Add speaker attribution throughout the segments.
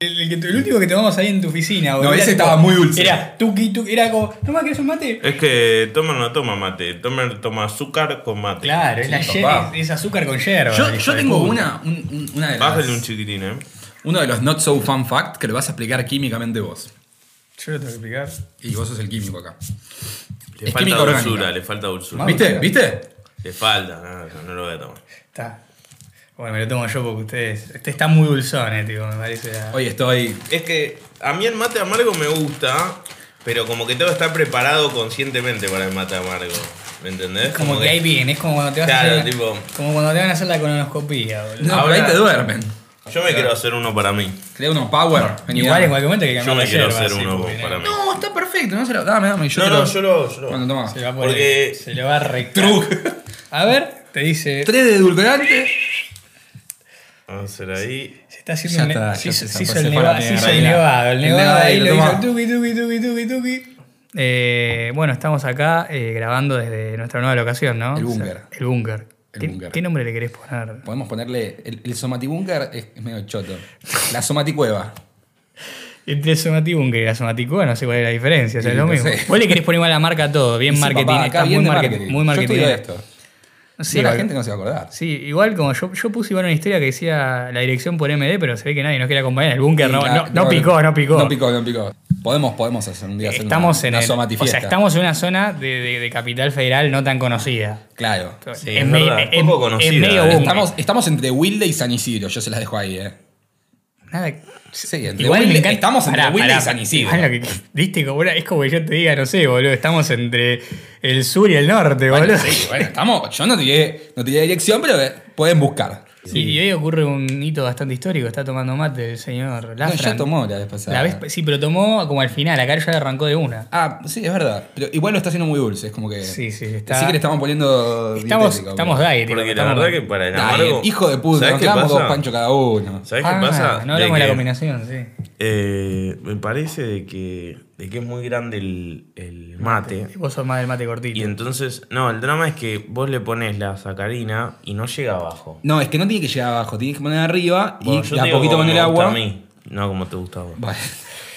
Speaker 1: El, el que- el último que tomamos ahí en tu oficina, boludo.
Speaker 2: No,
Speaker 1: era
Speaker 2: ese
Speaker 1: tipo-
Speaker 2: estaba muy dulce.
Speaker 1: Era tuqui, tuqui, era como, ¿no más querés un mate?
Speaker 3: Es que Tomer no toma mate, Tomer toma azúcar con mate.
Speaker 1: Claro, es, la
Speaker 2: Sí,
Speaker 1: ye-
Speaker 2: papá.
Speaker 1: es, es azúcar con hierba.
Speaker 2: Yo,
Speaker 1: hijo
Speaker 2: yo
Speaker 1: de
Speaker 2: tengo
Speaker 1: puta.
Speaker 2: una, un- un- una de las-
Speaker 3: Bájale un chiquitín, eh.
Speaker 2: uno de los not so fun fact que lo vas a explicar químicamente vos.
Speaker 1: Yo lo tengo que explicar.
Speaker 2: Y vos sos el químico acá.
Speaker 3: Le
Speaker 2: Es
Speaker 3: falta
Speaker 2: química
Speaker 3: dulzura,
Speaker 2: orgánica.
Speaker 3: le falta dulzura.
Speaker 1: Vamos.
Speaker 2: ¿Viste? ¿Viste?
Speaker 3: Le falta, no, no, no lo voy a tomar.
Speaker 1: Está. Bueno, me lo tomo yo porque ustedes. Este está muy dulzón, eh, tío, me parece. la-
Speaker 2: Hoy estoy.
Speaker 3: Es que a mí el mate amargo me gusta, pero como que todo está preparado conscientemente para el mate amargo. ¿Me entendés?
Speaker 1: Como, que ahí bien, es como cuando te vas
Speaker 3: Claro,
Speaker 1: a hacer.
Speaker 3: tipo-
Speaker 1: Como cuando te van a hacer la colonoscopía, boludo.
Speaker 2: No,
Speaker 3: Ahora-
Speaker 2: pero ahí te duermen.
Speaker 3: Yo me quiero hacer uno para mí.
Speaker 2: Crea uno power. Vení,
Speaker 1: Igual en
Speaker 2: dame.
Speaker 1: cualquier momento hay que
Speaker 3: Yo
Speaker 1: cambiar
Speaker 3: me
Speaker 1: la
Speaker 3: quiero
Speaker 1: yerba,
Speaker 3: hacer
Speaker 1: sí,
Speaker 3: uno
Speaker 1: porque
Speaker 3: para mí.
Speaker 2: No, está perfecto. No se lo. Dame, dame. Yo
Speaker 3: no,
Speaker 2: te
Speaker 3: no,
Speaker 2: lo-
Speaker 3: yo lo, yo lo.
Speaker 2: Bueno, toma.
Speaker 1: Se lo va a poner.
Speaker 3: Porque-
Speaker 1: Se lo va a rectar. A ver, te dice.
Speaker 2: Tres de edulcorante.
Speaker 3: Vamos a hacer ahí.
Speaker 1: Se está haciendo
Speaker 2: Ya
Speaker 1: un ne-
Speaker 2: está, ya
Speaker 1: se,
Speaker 2: se
Speaker 1: hizo- se hizo
Speaker 2: fue
Speaker 1: el
Speaker 2: la
Speaker 1: nevado,
Speaker 2: mierda,
Speaker 1: se hizo
Speaker 2: ya.
Speaker 1: el nevado, el
Speaker 2: El
Speaker 1: nevado
Speaker 2: nevado,
Speaker 1: ahí
Speaker 2: lo
Speaker 1: lo hizo
Speaker 2: tomá.
Speaker 1: tuqui, tuqui, tuqui, tuqui, tuqui. Eh, bueno, estamos acá eh, grabando desde nuestra nueva locación, ¿no?
Speaker 2: El
Speaker 1: O sea,
Speaker 2: búnker.
Speaker 1: el búnker.
Speaker 2: El
Speaker 1: ¿Qué,
Speaker 2: búnker.
Speaker 1: qué nombre le querés poner?
Speaker 2: Podemos ponerle. El, el somatibunker es, es medio choto. La somaticueva.
Speaker 1: Entre Somati Búnker y la Somaticueva no sé cuál es la diferencia, o sea,
Speaker 2: Y
Speaker 1: es lo
Speaker 2: no
Speaker 1: mismo.
Speaker 2: sé.
Speaker 1: Vos le querés poner mal la marca a todo, bien
Speaker 2: Sí,
Speaker 1: marketing,
Speaker 2: papá, acá
Speaker 1: está
Speaker 2: bien
Speaker 1: muy,
Speaker 2: de
Speaker 1: marketing, muy marketing.
Speaker 2: Yo estudio esto.
Speaker 1: Sí,
Speaker 2: No, la
Speaker 1: igual-
Speaker 2: gente no se va a acordar.
Speaker 1: sí, igual como yo, yo puse igual una historia que decía la dirección por MD, pero se ve que nadie nos quiere acompañar. El búnker
Speaker 2: Y
Speaker 1: no,
Speaker 2: la-
Speaker 1: no- no picó, no picó.
Speaker 2: ah, No picó, no picó. Podemos, podemos hacer un día hacer
Speaker 1: Estamos
Speaker 2: una,
Speaker 1: en
Speaker 2: una
Speaker 1: el- o
Speaker 2: somatifiesta.
Speaker 1: sea, estamos en una zona de, de- de capital federal no tan conocida.
Speaker 2: Claro.
Speaker 3: Sí, es verdad,
Speaker 1: me-
Speaker 3: poco conocida,
Speaker 1: es medio
Speaker 3: eh.
Speaker 1: boom.
Speaker 2: Estamos, estamos entre Wilde y San Isidro, yo se las dejo ahí, eh.
Speaker 1: Nada-
Speaker 2: Sí, entre Wilde- estamos entre
Speaker 1: Pará,
Speaker 2: Wilde
Speaker 1: pará,
Speaker 2: y San Isidro.
Speaker 1: igual lo que- viste, como una- es como que yo te diga, no sé, boludo, estamos entre el sur y el norte,
Speaker 2: Bueno,
Speaker 1: boludo.
Speaker 2: sí, bueno, estamos. Yo no te diré, no te diré dirección, pero eh, pueden buscar.
Speaker 1: Y, y hoy ocurre un hito bastante histórico, está tomando mate el señor
Speaker 2: No,
Speaker 1: Lafran.
Speaker 2: ya tomó la vez pasada.
Speaker 1: La vez, sí, pero tomó como al final, acá ya arrancó de una.
Speaker 2: Ah, sí, es verdad. Pero igual lo está haciendo muy dulce, es como que.
Speaker 1: Sí, sí, está-
Speaker 2: Sí que le estamos poniendo.
Speaker 1: Estamos,
Speaker 2: dietético,
Speaker 1: estamos
Speaker 2: pero-
Speaker 1: diet. tipo,
Speaker 3: Porque la
Speaker 1: estamos-
Speaker 3: verdad que para el
Speaker 2: Dale,
Speaker 3: amargo.
Speaker 2: hijo de puta,
Speaker 3: ¿Sabes
Speaker 2: nos
Speaker 3: qué
Speaker 2: clavamos dos
Speaker 3: pasa?
Speaker 2: panchos cada uno.
Speaker 3: ¿Sabes
Speaker 1: Ah,
Speaker 3: qué pasa?
Speaker 1: No hablamos de, la
Speaker 3: que,
Speaker 1: combinación, sí.
Speaker 3: eh, me parece de que, de que es muy grande el, el mate.
Speaker 1: Vos sos más del mate cortito.
Speaker 3: Y entonces, no, el drama es que vos le pones la sacarina y no llega abajo.
Speaker 2: No, es que no tiene que llegar abajo, tiene que poner arriba
Speaker 3: Bueno,
Speaker 2: y
Speaker 3: yo
Speaker 2: de
Speaker 3: te
Speaker 2: a
Speaker 3: digo
Speaker 2: poquito
Speaker 3: como
Speaker 2: poner
Speaker 3: me gusta
Speaker 2: agua.
Speaker 3: A mí, no como te gusta a vos.
Speaker 2: Vale.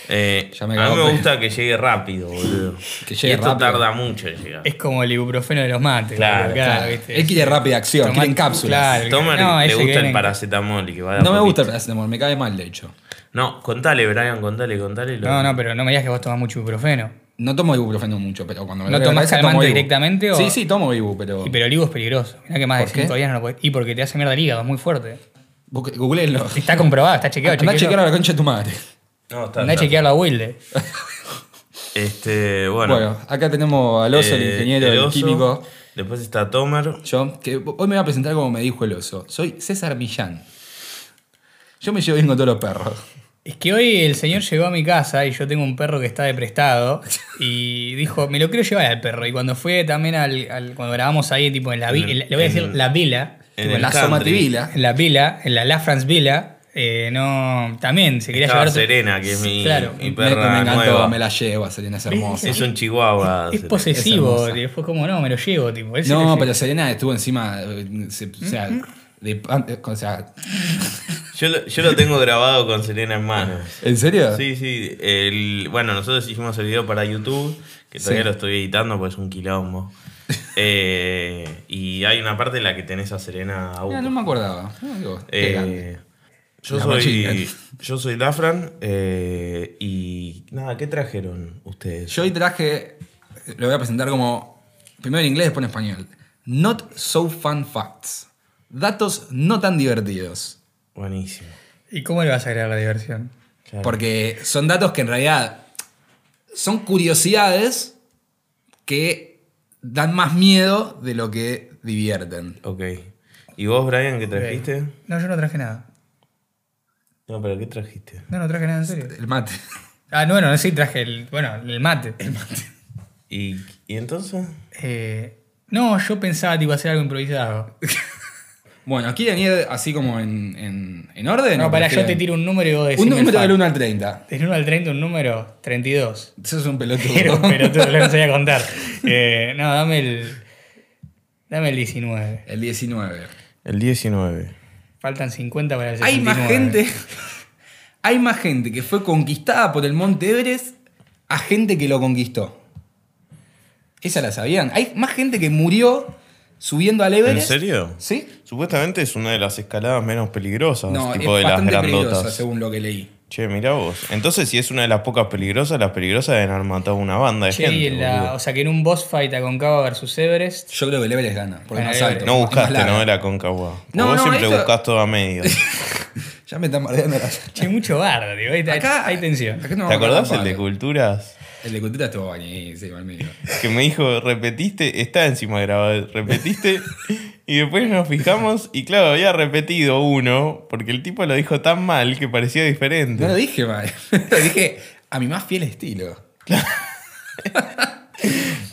Speaker 3: Eh,
Speaker 2: Ya me
Speaker 3: a mí
Speaker 2: cagó,
Speaker 3: me
Speaker 2: pero-
Speaker 3: gusta que llegue rápido, boludo.
Speaker 2: Que llegue
Speaker 3: y esto
Speaker 2: rápido.
Speaker 3: tarda mucho en llegar.
Speaker 1: Es como el ibuprofeno de los mates.
Speaker 3: Claro,
Speaker 1: boludo,
Speaker 2: Claro,
Speaker 1: ¿viste?
Speaker 2: Él quiere rápida acción,
Speaker 1: Tomate-
Speaker 2: quiere en cápsulas.
Speaker 1: claro.
Speaker 3: Tomer
Speaker 1: no,
Speaker 3: le
Speaker 1: ese que
Speaker 3: gusta
Speaker 1: viene-
Speaker 3: el paracetamol y que va de a
Speaker 2: No me gusta
Speaker 3: poquito.
Speaker 2: el paracetamol, me cae mal, de hecho.
Speaker 3: No, contale, Brian, contale, contale. lo-
Speaker 1: No, no, pero no me digas que vos tomás mucho ibuprofeno.
Speaker 2: No tomo ibuprofeno mucho, pero cuando me
Speaker 1: ¿No
Speaker 2: duele la
Speaker 1: tomás
Speaker 2: cabeza, tomo
Speaker 1: calmante
Speaker 2: ibu.
Speaker 1: directamente o-
Speaker 2: Sí, sí, tomo ibu, pero...
Speaker 1: Y pero el ibu es peligroso. Mirá que más de
Speaker 2: ¿Por qué?
Speaker 1: 5 días no lo podés. Y porque te hace mierda el hígado, es muy fuerte.
Speaker 2: Busque- Googleenlo.
Speaker 1: Está comprobado, está chequeado.
Speaker 2: Andá a chequear
Speaker 1: chequealo.
Speaker 2: a la concha de tu madre.
Speaker 3: No, está.
Speaker 1: Andá a
Speaker 3: está.
Speaker 1: chequearlo a Wilde.
Speaker 3: Este,
Speaker 2: Bueno,
Speaker 3: bueno.
Speaker 2: acá tenemos al oso, el
Speaker 3: eh,
Speaker 2: ingeniero, el,
Speaker 3: oso,
Speaker 2: químico.
Speaker 3: Después está Tomer.
Speaker 2: Yo, que hoy me voy a presentar como me dijo el oso. Soy César Millán. Yo me llevo bien con todos los perros.
Speaker 1: Es que hoy el señor llegó a mi casa y yo tengo un perro que está de prestado y dijo, me lo quiero llevar al perro. Y cuando fue también al, al- cuando grabamos ahí, tipo en la vi-
Speaker 3: En-
Speaker 1: en la- le voy a decir
Speaker 3: en-
Speaker 1: la vila,
Speaker 3: En
Speaker 2: Tipo,
Speaker 3: el
Speaker 2: la
Speaker 3: country.
Speaker 2: somativila.
Speaker 1: en la vila, en la La France Vila, eh, no, también se quería
Speaker 3: Estaba
Speaker 1: llevar.
Speaker 3: Serena, que es mi,
Speaker 1: Claro,
Speaker 3: mi
Speaker 2: Me,
Speaker 3: perra
Speaker 2: me encantó,
Speaker 3: nueva.
Speaker 2: me la llevo, Serena es hermosa.
Speaker 3: Es un chihuahua.
Speaker 1: Es
Speaker 3: Serena.
Speaker 1: posesivo,
Speaker 2: hermosa.
Speaker 1: y después como no, me lo llevo, tipo. él se lo
Speaker 2: No,
Speaker 1: lleva.
Speaker 2: pero Serena estuvo encima, eh, se- o sea, de pan- eh, o sea,
Speaker 3: Yo lo, yo lo tengo grabado con Serena en mano.
Speaker 2: ¿en serio?
Speaker 3: Sí, sí. el- bueno, nosotros hicimos el video para YouTube, que
Speaker 2: Sí.
Speaker 3: todavía lo estoy editando porque es un quilombo. Eh, y hay una parte en la que tenés a Serena a
Speaker 2: Ah,
Speaker 3: uno.
Speaker 2: no me acordaba. No, digo,
Speaker 3: Eh,
Speaker 2: qué grande.
Speaker 3: yo,
Speaker 2: La
Speaker 3: soy,
Speaker 2: machina.
Speaker 3: yo soy Lafran eh, y nada, ¿qué trajeron ustedes?
Speaker 2: Yo hoy traje, lo voy a presentar como, primero en inglés, después en español. Not so fun facts. Datos no tan divertidos.
Speaker 3: Buenísimo.
Speaker 1: ¿Y cómo le vas a agregar la diversión?
Speaker 3: Claro.
Speaker 2: Porque son datos que en realidad son curiosidades que dan más miedo de lo que divierten.
Speaker 3: Ok. ¿Y vos, Brian, qué trajiste?
Speaker 1: No, yo no traje nada.
Speaker 3: No, pero ¿qué trajiste?
Speaker 1: No, no traje nada en serio.
Speaker 2: El mate.
Speaker 1: Ah, no, bueno, sí, traje el, bueno, el mate.
Speaker 3: ¿Y, y entonces?
Speaker 1: Eh, no, yo pensaba tipo hacer algo improvisado.
Speaker 2: Bueno, ¿quieren ir así como en, en, en orden?
Speaker 1: No,
Speaker 2: o
Speaker 1: para yo te
Speaker 2: prefieren?
Speaker 1: tiro un número y vos
Speaker 3: Pues
Speaker 1: decís.
Speaker 2: Un número del 1 al 30.
Speaker 1: Del 1 al 30, un número 32.
Speaker 2: Eso es un pelotudo.
Speaker 1: Pero, pero tú lo no sabía contar. Eh, no, dame el. Dame el 19.
Speaker 2: El 19.
Speaker 3: El 19.
Speaker 1: Faltan 50 para el
Speaker 2: Hay
Speaker 1: 69.
Speaker 2: más gente. hay más gente que fue conquistada por el Monte Everest a gente que lo conquistó. Esa la sabían. Hay más gente que murió subiendo al Everest.
Speaker 3: ¿En serio?
Speaker 2: Sí.
Speaker 3: Supuestamente es una de las escaladas menos peligrosas,
Speaker 2: No,
Speaker 3: tipo
Speaker 2: es
Speaker 3: de las
Speaker 2: bastante peligrosa
Speaker 3: grandotas.
Speaker 2: según lo que leí.
Speaker 3: Che, mirá vos. Entonces, si es una de las pocas peligrosas, las peligrosas deben haber matado una banda de
Speaker 1: Che,
Speaker 3: gente.
Speaker 1: y en la-
Speaker 3: boludo.
Speaker 1: o sea que en un boss fight Aconcagua versus Everest.
Speaker 2: Yo creo que el Everest gana, porque es
Speaker 1: Ah,
Speaker 2: más
Speaker 1: el
Speaker 2: alto.
Speaker 3: No
Speaker 2: es más
Speaker 3: buscaste,
Speaker 2: largo.
Speaker 3: ¿no? Era Concagua. Porque
Speaker 2: No,
Speaker 3: vos
Speaker 2: no,
Speaker 3: siempre
Speaker 2: esto-
Speaker 3: buscás todo a medio.
Speaker 2: Ya me están bardeando la...
Speaker 1: Che, mucho bardo, digo. Hay, hay tensión.
Speaker 2: acá no
Speaker 3: ¿Te
Speaker 2: vamos a
Speaker 3: acordás el
Speaker 2: acabar.
Speaker 3: de Culturas?
Speaker 2: El de Cultura estuvo buenísimo, amigo.
Speaker 3: Que me dijo, repetiste, está encima grabado, repetiste. y después nos fijamos y claro, había repetido uno porque el tipo lo dijo tan mal que parecía diferente.
Speaker 2: No lo dije mal. lo dije a mi más fiel estilo.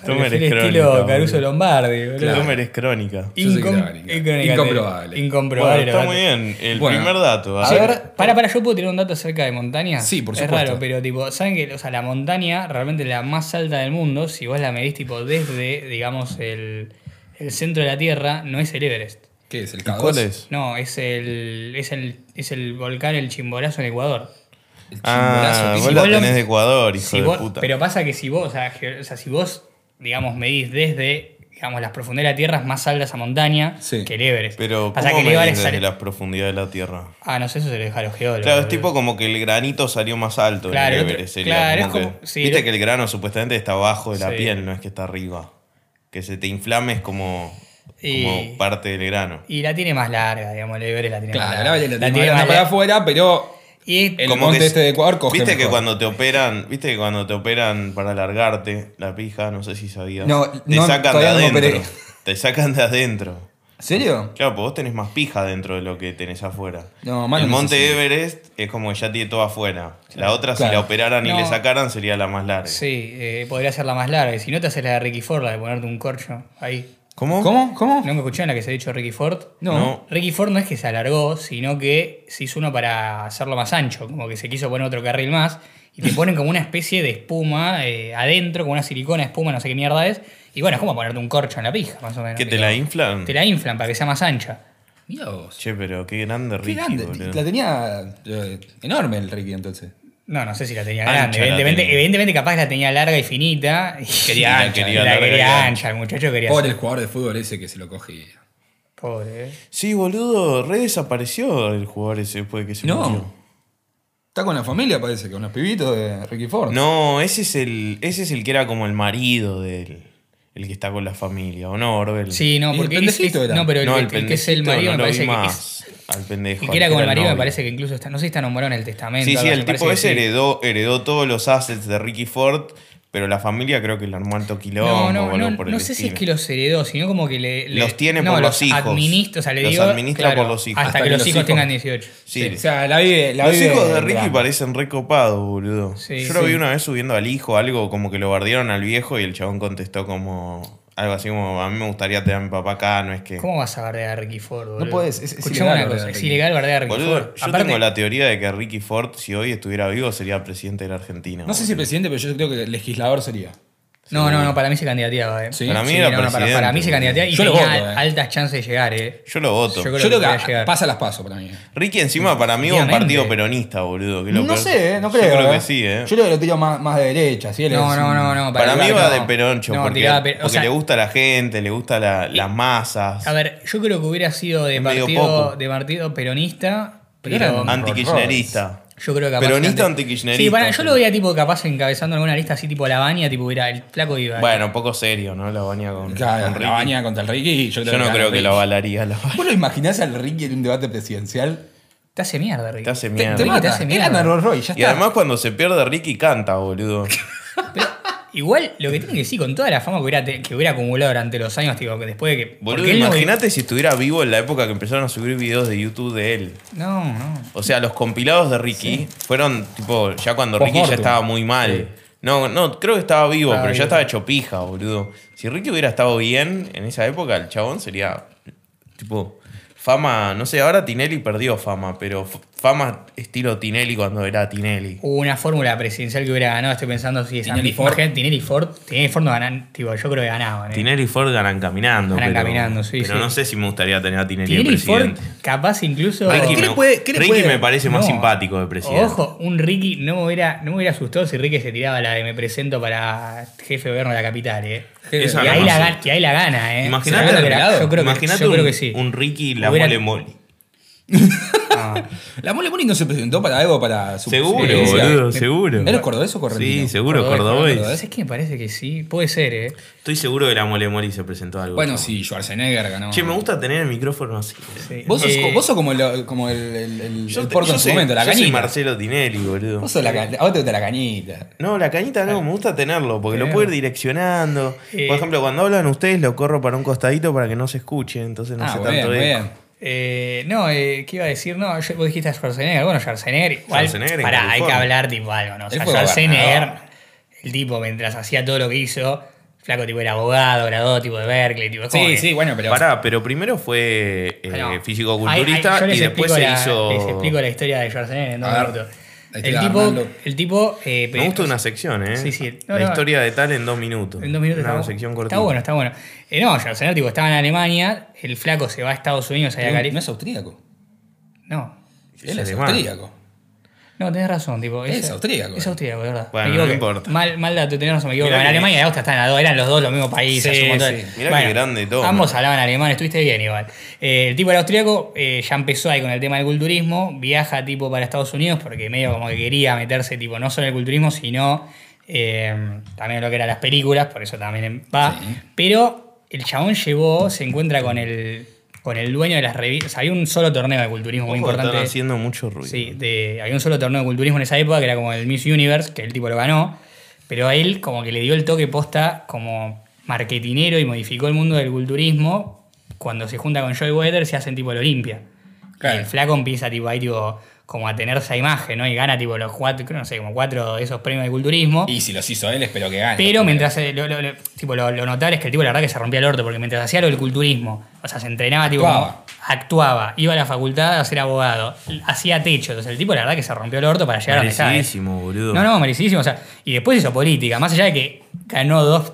Speaker 3: Tú me
Speaker 1: Prefiere
Speaker 3: eres crónica.
Speaker 1: estilo
Speaker 3: boludo.
Speaker 1: Caruso Lombardi, boludo.
Speaker 3: Tú me eres crónica.
Speaker 2: Yo soy
Speaker 1: Incom-
Speaker 2: crónica.
Speaker 1: eh, crónica,
Speaker 2: Incomprobable.
Speaker 1: te-
Speaker 3: Bueno,
Speaker 1: Incomprobable.
Speaker 3: está
Speaker 1: lo
Speaker 3: muy
Speaker 1: mato.
Speaker 3: bien. El
Speaker 2: Bueno.
Speaker 3: primer dato.
Speaker 2: A
Speaker 3: así.
Speaker 2: ver,
Speaker 1: Para, para, yo puedo tirar un dato acerca de montaña.
Speaker 2: Sí, por
Speaker 1: Es
Speaker 2: supuesto.
Speaker 1: raro, pero tipo, ¿saben que o sea, la montaña realmente la más alta del mundo, si vos la medís tipo desde, digamos, el, el centro de la Tierra, no es el Everest.
Speaker 2: ¿Qué es? ¿El K2?
Speaker 3: ¿Cuál es?
Speaker 1: No, es el, es el, es el volcán El Chimborazo en Ecuador.
Speaker 2: El chimborazo
Speaker 3: Ah,
Speaker 2: que
Speaker 1: Si
Speaker 2: hizo-
Speaker 3: vos la
Speaker 1: vos lo-
Speaker 3: tenés de Ecuador, hijo
Speaker 1: Si
Speaker 3: de
Speaker 1: vos-
Speaker 3: puta.
Speaker 1: Pero pasa que si vos, o sea, ge- o sea, si vos, digamos, medís desde digamos, las profundidades de la Tierra, es más alta esa montaña
Speaker 2: Sí.
Speaker 1: que el Everest.
Speaker 3: Pero,
Speaker 1: pasa que
Speaker 3: ¿cómo
Speaker 1: el
Speaker 3: medís
Speaker 1: Everest
Speaker 3: desde
Speaker 1: sale-
Speaker 3: las profundidades de la Tierra?
Speaker 1: Ah, no sé, eso se lo deja a los geólogos.
Speaker 3: Claro, es
Speaker 1: boludo.
Speaker 3: tipo como que el granito salió más alto. en
Speaker 1: Claro,
Speaker 3: el
Speaker 1: otro-
Speaker 3: Everest, sería
Speaker 1: claro,
Speaker 3: como
Speaker 1: es
Speaker 3: que-
Speaker 1: como- sí,
Speaker 3: Viste
Speaker 1: lo-
Speaker 3: que el grano supuestamente está abajo de la
Speaker 1: Sí.
Speaker 3: piel, no es que está arriba. Que se te inflame es como,
Speaker 1: Y-
Speaker 3: como parte del grano.
Speaker 1: Y la tiene más larga, digamos, el Everest la tiene más
Speaker 2: Claro,
Speaker 1: larga.
Speaker 2: la valla la tiene más para afuera, pero
Speaker 1: Y
Speaker 2: el
Speaker 3: Como
Speaker 2: monte
Speaker 3: que-
Speaker 2: este de Ecuador coge
Speaker 3: Viste que
Speaker 2: mejor.
Speaker 3: cuando te operan, viste que cuando te operan para alargarte la pija, no sé si sabías.
Speaker 2: No,
Speaker 3: te
Speaker 2: no,
Speaker 3: sacan de
Speaker 2: todavía no me
Speaker 3: adentro.
Speaker 2: operé.
Speaker 3: te sacan de adentro.
Speaker 2: ¿En serio?
Speaker 3: Claro, pues vos tenés más pija dentro de lo que tenés afuera.
Speaker 2: No, más
Speaker 3: el
Speaker 2: no
Speaker 3: Monte
Speaker 2: sé si-
Speaker 3: Everest es como que ya tiene todo afuera. La otra, si
Speaker 2: Claro.
Speaker 3: la operaran y
Speaker 1: No.
Speaker 3: le sacaran, sería la más larga.
Speaker 1: Sí, eh, podría ser la más larga. Y si no te haces la de Ricky Ford, la de ponerte un corcho ahí.
Speaker 3: ¿Cómo?
Speaker 2: ¿Cómo? ¿Cómo?
Speaker 1: ¿No me escucharon la que se ha dicho Ricky Ford?
Speaker 2: No.
Speaker 3: No.
Speaker 1: Ricky Ford no es que se alargó, sino que se hizo uno para hacerlo más ancho, como que se quiso poner otro carril más y te ponen como una especie de espuma eh, adentro, como una silicona espuma, no sé qué mierda es. Y bueno, es como ponerte un corcho en la pija, más o menos.
Speaker 3: ¿Que te la inflan?
Speaker 1: Te la inflan para que sea más ancha.
Speaker 2: Mira vos.
Speaker 3: Che, pero qué grande
Speaker 2: Qué
Speaker 3: Ricky,
Speaker 2: grande.
Speaker 3: boludo.
Speaker 2: La tenía eh, enorme el Ricky entonces.
Speaker 1: No, no sé si la tenía
Speaker 3: Ancha
Speaker 1: grande.
Speaker 3: la
Speaker 1: Evidentemente,
Speaker 3: tenía.
Speaker 1: evidentemente capaz la tenía larga y finita. Y
Speaker 3: Quería ancha, quería
Speaker 1: la
Speaker 3: larga y
Speaker 1: quería
Speaker 3: ancha.
Speaker 1: ancha, el muchacho quería
Speaker 2: Pobre
Speaker 1: ser-
Speaker 2: el jugador de fútbol ese que se lo coge. y-
Speaker 1: Pobre. eh.
Speaker 3: Sí, boludo, re desapareció el jugador ese después de que se murió.
Speaker 2: No. Está con la familia, parece, con los pibitos de Ricky Ford.
Speaker 3: No, ese es el. Ese es el que era como el marido del. El que está con la familia, ¿o no, Orbel?
Speaker 1: Sí, no,
Speaker 2: Y el
Speaker 1: porque es-
Speaker 2: pendejito
Speaker 1: es-
Speaker 2: era.
Speaker 1: no, pero el,
Speaker 3: no,
Speaker 1: que- el que es el
Speaker 3: pendejito
Speaker 1: marido me
Speaker 3: no lo
Speaker 1: parece
Speaker 3: vi
Speaker 1: que es-
Speaker 3: más al pendejo.
Speaker 1: El
Speaker 3: al
Speaker 1: que era como el marido me
Speaker 3: novio.
Speaker 1: parece que incluso está, no sé si está nombrado en el testamento.
Speaker 3: Sí,
Speaker 1: algo
Speaker 3: sí,
Speaker 1: así,
Speaker 3: el
Speaker 1: parece
Speaker 3: tipo
Speaker 1: que sí.
Speaker 3: ese heredó, heredó todos los assets de Ricky Ford, pero la familia creo que le armó alto quilombo
Speaker 1: No, no,
Speaker 3: o algo
Speaker 1: no,
Speaker 3: por
Speaker 1: no
Speaker 3: el
Speaker 1: sé si es
Speaker 3: estilo.
Speaker 1: que los heredó, sino como que le, le-
Speaker 3: Los tiene
Speaker 1: no,
Speaker 3: por los hijos.
Speaker 1: Administra, o sea, le
Speaker 3: Los
Speaker 1: digo,
Speaker 3: administra por los hijos.
Speaker 1: Hasta, que, los hijos tengan 18.
Speaker 3: Sí.
Speaker 2: O sea, la vive. La
Speaker 3: los
Speaker 2: vive
Speaker 3: hijos de Ricky
Speaker 2: grande.
Speaker 3: parecen recopados, boludo.
Speaker 1: Sí,
Speaker 3: Yo lo vi
Speaker 1: sí.
Speaker 3: una vez subiendo al hijo algo, como que lo bardearon al viejo y el chabón contestó como algo así como, a mí me gustaría tener a mi papá acá, no es que...
Speaker 1: ¿Cómo vas a bardear a Ricky Ford? Boludo?
Speaker 2: podés, es- es
Speaker 1: Escuchame
Speaker 2: ilegal
Speaker 1: una
Speaker 2: bardear
Speaker 1: cosa,
Speaker 2: a
Speaker 1: es
Speaker 2: Ricky.
Speaker 1: ilegal bardear a Ricky
Speaker 3: Boludo,
Speaker 1: Ford.
Speaker 3: yo tengo la teoría de que Ricky Ford, si hoy estuviera vivo, sería presidente de la Argentina.
Speaker 2: No sé si presidente, pero yo creo que legislador sería.
Speaker 1: No, no, no, para mí se candidateaba, eh.
Speaker 2: Sí.
Speaker 3: Para mí
Speaker 1: Sí,
Speaker 3: era
Speaker 1: no, no, para,
Speaker 3: presidente,
Speaker 1: para mí se candidateaba y
Speaker 2: Yo lo
Speaker 1: tenía
Speaker 2: voto, eh.
Speaker 1: altas chances de llegar, eh.
Speaker 3: Yo lo voto.
Speaker 1: Yo creo-
Speaker 2: Yo creo que
Speaker 1: que va a llegar.
Speaker 2: pasa las pasos para mí. eh.
Speaker 3: Ricky encima para mí va un
Speaker 1: Definitivamente.
Speaker 3: partido peronista, boludo. que es lo
Speaker 2: No
Speaker 3: peor.
Speaker 2: sé, eh, no
Speaker 3: Yo
Speaker 2: creo.
Speaker 3: creo
Speaker 2: eh.
Speaker 3: que sí, ¿eh?
Speaker 2: Yo creo que lo tiro más, más de derecha. ¿sí? Él
Speaker 1: No,
Speaker 2: es
Speaker 1: no,
Speaker 2: un-
Speaker 1: no, no.
Speaker 3: Para, mí
Speaker 1: Ibar
Speaker 3: va
Speaker 1: no.
Speaker 3: de peroncho,
Speaker 1: No,
Speaker 3: porque,
Speaker 1: tiraba per- o
Speaker 3: porque
Speaker 1: sea,
Speaker 3: le gusta la gente, le gusta la- las masas.
Speaker 1: A ver, yo creo que hubiera sido de
Speaker 3: Es medio
Speaker 1: partido,
Speaker 3: poco.
Speaker 1: de partido peronista,
Speaker 2: Pero
Speaker 1: pero
Speaker 2: eran-
Speaker 3: Antikirchnerista.
Speaker 1: yo creo que capaz.
Speaker 3: Peronista
Speaker 1: que-
Speaker 3: o antikirchnerista.
Speaker 1: Sí, para, yo lo veía tipo capaz encabezando alguna lista así tipo la baña, tipo hubiera el flaco iba.
Speaker 3: Bueno, poco serio, ¿no? La baña con, con
Speaker 2: Claro,
Speaker 3: Ricky.
Speaker 2: la baña contra el Ricky. Yo,
Speaker 3: Yo no
Speaker 2: gana
Speaker 3: creo que
Speaker 2: Ricky.
Speaker 3: lo avalaría la
Speaker 2: ¿Vos lo imaginás al Ricky en un debate presidencial?
Speaker 1: Te hace mierda, Ricky.
Speaker 3: Te hace
Speaker 2: Te,
Speaker 3: mierda.
Speaker 2: te
Speaker 1: Ricky
Speaker 2: mata.
Speaker 1: te hace
Speaker 2: Era
Speaker 1: mierda.
Speaker 2: Narro Roy, ya
Speaker 3: y
Speaker 2: está.
Speaker 3: además cuando se pierde Ricky canta, boludo.
Speaker 1: Igual, lo que tiene que decir, con toda la fama que hubiera, te- que hubiera acumulado durante los años, tipo, que después de que.
Speaker 3: Boludo,
Speaker 1: porque él no-
Speaker 3: imagínate si estuviera vivo en la época que empezaron a subir videos de YouTube de él.
Speaker 1: No, no.
Speaker 3: O sea, los compilados de Ricky fueron tipo ya cuando Ricky ya
Speaker 2: Postmortem.
Speaker 3: estaba muy mal. No, no, creo que estaba vivo,
Speaker 1: Estaba
Speaker 3: pero ya
Speaker 1: vivo.
Speaker 3: estaba hecho pija, boludo. Si Ricky hubiera estado bien en esa época, el chabón sería tipo fama, no sé, ahora Tinelli perdió fama, pero f- Fama estilo Tinelli cuando era Tinelli.
Speaker 1: Una fórmula presidencial que hubiera ganado, estoy pensando si es
Speaker 2: Tinelli
Speaker 1: Andy-
Speaker 2: Ford.
Speaker 1: imagínate, Tinelli Ford. Tinelli Ford no ganan, tipo, yo creo que ganaban. eh.
Speaker 3: Tinelli y Ford ganan caminando.
Speaker 1: Ganan
Speaker 3: pero,
Speaker 1: caminando, sí,
Speaker 3: Pero
Speaker 1: sí.
Speaker 3: no sé si me gustaría tener a Tinelli, de
Speaker 1: Tinelli Ford,
Speaker 3: presidente.
Speaker 1: capaz incluso.
Speaker 3: Ricky,
Speaker 2: ¿Qué
Speaker 3: me,
Speaker 2: le puede- qué le
Speaker 3: Ricky
Speaker 2: puede-
Speaker 3: me parece más
Speaker 1: No.
Speaker 3: simpático de presidente.
Speaker 1: Ojo, un Ricky no me, hubiera, no me hubiera asustado si Ricky se tiraba la de me presento para jefe de gobierno de la capital, ¿eh?
Speaker 2: Eso
Speaker 1: y,
Speaker 3: no
Speaker 1: ahí
Speaker 3: me
Speaker 1: la,
Speaker 3: asusta.
Speaker 1: gan- y ahí la gana, ¿eh?
Speaker 3: Imagínate
Speaker 1: Yo creo que
Speaker 2: el
Speaker 1: la-
Speaker 2: pelado.
Speaker 1: yo creo que,
Speaker 3: Imagínate
Speaker 1: yo
Speaker 3: un,
Speaker 1: creo que sí.
Speaker 3: un Ricky la
Speaker 1: Hubiera-
Speaker 3: mole moli.
Speaker 1: Ah,
Speaker 2: La Mole Moli no se presentó para algo para su
Speaker 3: Seguro,
Speaker 2: presidencia.
Speaker 3: boludo, seguro.
Speaker 2: ¿Eres cordobés o correntino?
Speaker 3: Sí, seguro,
Speaker 1: cordobés,
Speaker 3: cordobés.
Speaker 1: cordobés. Es que me parece que sí. Puede ser, ¿eh?
Speaker 3: Estoy seguro que la mole moli se presentó algo.
Speaker 2: Bueno,
Speaker 3: chabón.
Speaker 2: sí, Schwarzenegger ganó.
Speaker 3: Che, me gusta tener el micrófono así.
Speaker 1: Sí.
Speaker 2: Vos sos,
Speaker 1: Eh,
Speaker 2: vos sos como, lo- como el, el, el- el
Speaker 3: te-
Speaker 2: porco en su
Speaker 3: soy-
Speaker 2: momento, la
Speaker 3: yo soy
Speaker 2: cañita.
Speaker 3: Marcelo Tinelli, boludo.
Speaker 2: Vos sos la, ca- a vos te gusta la cañita.
Speaker 3: No, la cañita no, me gusta tenerlo, porque lo puedo ir direccionando.
Speaker 1: Eh.
Speaker 3: Por ejemplo, cuando hablan ustedes, lo corro para un costadito para que no se escuche, entonces no
Speaker 2: ah,
Speaker 3: sé
Speaker 2: muy bien,
Speaker 3: tanto
Speaker 2: muy
Speaker 3: eco.
Speaker 2: bien.
Speaker 1: Eh, no, eh, ¿qué iba a decir? No, yo- vos dijiste a Schwarzenegger. Bueno, Schwarzenegger, igual.
Speaker 3: Schwarzenegger en
Speaker 1: pará, hay que
Speaker 3: California.
Speaker 1: hablar tipo algo, ¿no? O sea,
Speaker 2: Él fue
Speaker 1: Schwarzenegger,
Speaker 2: gobernador.
Speaker 1: el tipo, mientras hacía todo lo que hizo, flaco tipo era abogado, graduado tipo de Berkeley, tipo. es como
Speaker 2: Sí,
Speaker 1: que-
Speaker 2: sí, bueno, pero.
Speaker 3: Pará, pero primero fue eh,
Speaker 1: Bueno, ahí-
Speaker 3: físico-culturista
Speaker 1: ahí yo les
Speaker 3: y después
Speaker 1: explico
Speaker 3: se
Speaker 1: la-
Speaker 3: hizo.
Speaker 1: Les explico la historia de Schwarzenegger en dos
Speaker 2: A ver,
Speaker 1: minutos.
Speaker 2: la historia
Speaker 1: El
Speaker 2: de
Speaker 1: tipo,
Speaker 2: Arnaldo.
Speaker 1: el tipo. eh,
Speaker 3: Me gusta
Speaker 1: pe-
Speaker 3: una sección, ¿eh?
Speaker 1: Sí, sí. No,
Speaker 3: La
Speaker 1: no.
Speaker 3: historia de tal en dos minutos.
Speaker 1: En dos minutos
Speaker 3: Una
Speaker 1: está, bu-
Speaker 3: sección
Speaker 1: está
Speaker 3: cortita.
Speaker 1: bueno, está bueno. Eh, no, Schwarzenegger tipo, estaba en Alemania, el flaco se va a Estados Unidos, allá a
Speaker 2: pero no
Speaker 1: California.
Speaker 2: es austríaco.
Speaker 1: No.
Speaker 3: Es
Speaker 2: Él es
Speaker 3: alemán.
Speaker 2: austríaco.
Speaker 1: No, tenés razón, tipo.
Speaker 2: Es austríaco. eh.
Speaker 1: Es austríaco, de verdad.
Speaker 3: Bueno,
Speaker 1: Me equivoqué.
Speaker 3: no importa.
Speaker 1: Mal, mal dato, tenés razón, me equivoco.
Speaker 3: Mirá
Speaker 1: En
Speaker 3: que-
Speaker 1: Alemania y Austria están a dos, eran los dos los mismos países.
Speaker 2: Sí,
Speaker 1: un montón de-
Speaker 2: sí.
Speaker 3: Mirá qué grande todo.
Speaker 1: Ambos hablaban alemán, estuviste bien igual. Eh, el tipo era austríaco, eh, ya empezó ahí con el tema del culturismo, viaja tipo para Estados Unidos porque medio como que quería meterse tipo no solo en el culturismo, sino eh, también lo que eran las películas, por eso también va.
Speaker 2: Sí.
Speaker 1: Pero el chabón llegó, se encuentra con el, con el dueño de las revistas. Había un solo torneo de culturismo muy
Speaker 3: Ojo,
Speaker 1: importante.
Speaker 3: Están haciendo mucho ruido.
Speaker 1: Sí, de- había un solo torneo de culturismo en esa época que era como el Miss Universe, que el tipo lo ganó, pero a él como que le dio el toque posta como marketinero y modificó el mundo del culturismo. Cuando se junta con Joy Weather se hacen tipo el Olimpia.
Speaker 2: Claro.
Speaker 1: Y el flaco empieza tipo ahí tipo como a tener esa imagen, ¿no? Y gana tipo los cuatro, creo, no sé, como cuatro de esos premios de culturismo.
Speaker 2: Y si los hizo él, espero que gane.
Speaker 1: Pero mientras eh, lo, lo- lo- tipo, lo, lo notable es que el tipo la verdad que se rompía el orto, porque mientras hacía lo del culturismo, o sea, se entrenaba, tipo,
Speaker 2: Actuaba.
Speaker 1: como- actuaba, iba a la facultad a ser abogado, hacía techo, entonces el tipo la verdad que se rompió el orto para llegar a donde está. ¿eh?
Speaker 3: Merecidísimo, boludo.
Speaker 1: No, no, merecidísimo, o sea, y después hizo política, más allá de que ganó dos,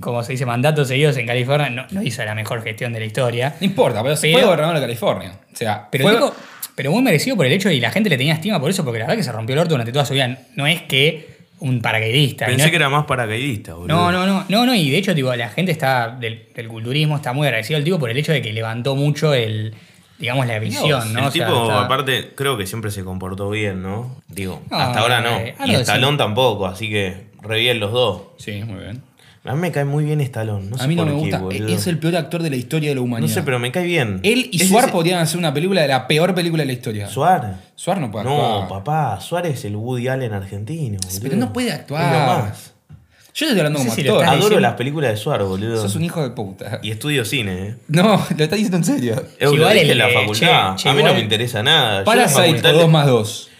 Speaker 1: como se dice, mandatos seguidos en California, no, no hizo la mejor gestión de la historia.
Speaker 2: No importa, pero, se
Speaker 1: Pero-
Speaker 2: fue gobernador de California. O sea,
Speaker 1: Pero,
Speaker 2: fue-
Speaker 1: tipo, pero muy merecido por el hecho y la gente le tenía estima por eso, porque la verdad que se rompió el orto durante toda su vida. No es que un paracaidista.
Speaker 3: Pensé
Speaker 1: no es-
Speaker 3: que era más paracaidista, boludo.
Speaker 1: No, no, no, no, no, y de hecho, tipo, la gente está del, del culturismo está muy agradecido al tipo por el hecho de que levantó mucho el, digamos, la visión, ¿no?
Speaker 3: El
Speaker 1: O sea,
Speaker 3: tipo,
Speaker 1: está-
Speaker 3: aparte, creo que siempre se comportó bien, ¿no? Digo,
Speaker 1: No,
Speaker 3: hasta ahora no.
Speaker 1: eh,
Speaker 3: y
Speaker 1: algo
Speaker 3: Estalón tampoco, así que re bien los dos.
Speaker 2: Sí, muy bien.
Speaker 3: A mí me cae muy bien Estalón. No sé
Speaker 2: a mí no
Speaker 3: por
Speaker 2: me
Speaker 3: qué,
Speaker 2: gusta.
Speaker 3: boludo.
Speaker 2: Es el peor actor de la historia de la humanidad.
Speaker 3: No sé, pero me cae bien.
Speaker 2: Él y
Speaker 3: Es
Speaker 2: Suar
Speaker 3: ese-
Speaker 2: podrían hacer una película de la peor película de la historia.
Speaker 3: Suar.
Speaker 2: Suar no puede actuar.
Speaker 3: No, papá, Suar es el Woody Allen argentino. boludo.
Speaker 2: Pero no puede
Speaker 3: Es lo
Speaker 2: actuar.
Speaker 3: más.
Speaker 2: Yo te estoy hablando
Speaker 1: No sé
Speaker 2: como
Speaker 1: si lo
Speaker 2: actor.
Speaker 1: estás
Speaker 3: Adoro
Speaker 1: diciendo-
Speaker 3: las películas de Suar, boludo.
Speaker 2: Sos un hijo de puta.
Speaker 3: Y estudio cine, ¿eh?
Speaker 2: No, lo estás diciendo en serio.
Speaker 3: Eh, lo
Speaker 1: igual
Speaker 3: dije
Speaker 1: el-
Speaker 3: en la
Speaker 1: eh,
Speaker 3: facultad.
Speaker 1: che, che,
Speaker 3: a mí
Speaker 1: igual-
Speaker 3: no me interesa nada. Yo la
Speaker 2: Parasite
Speaker 3: facultad
Speaker 2: o
Speaker 3: le-
Speaker 2: 2 más 2.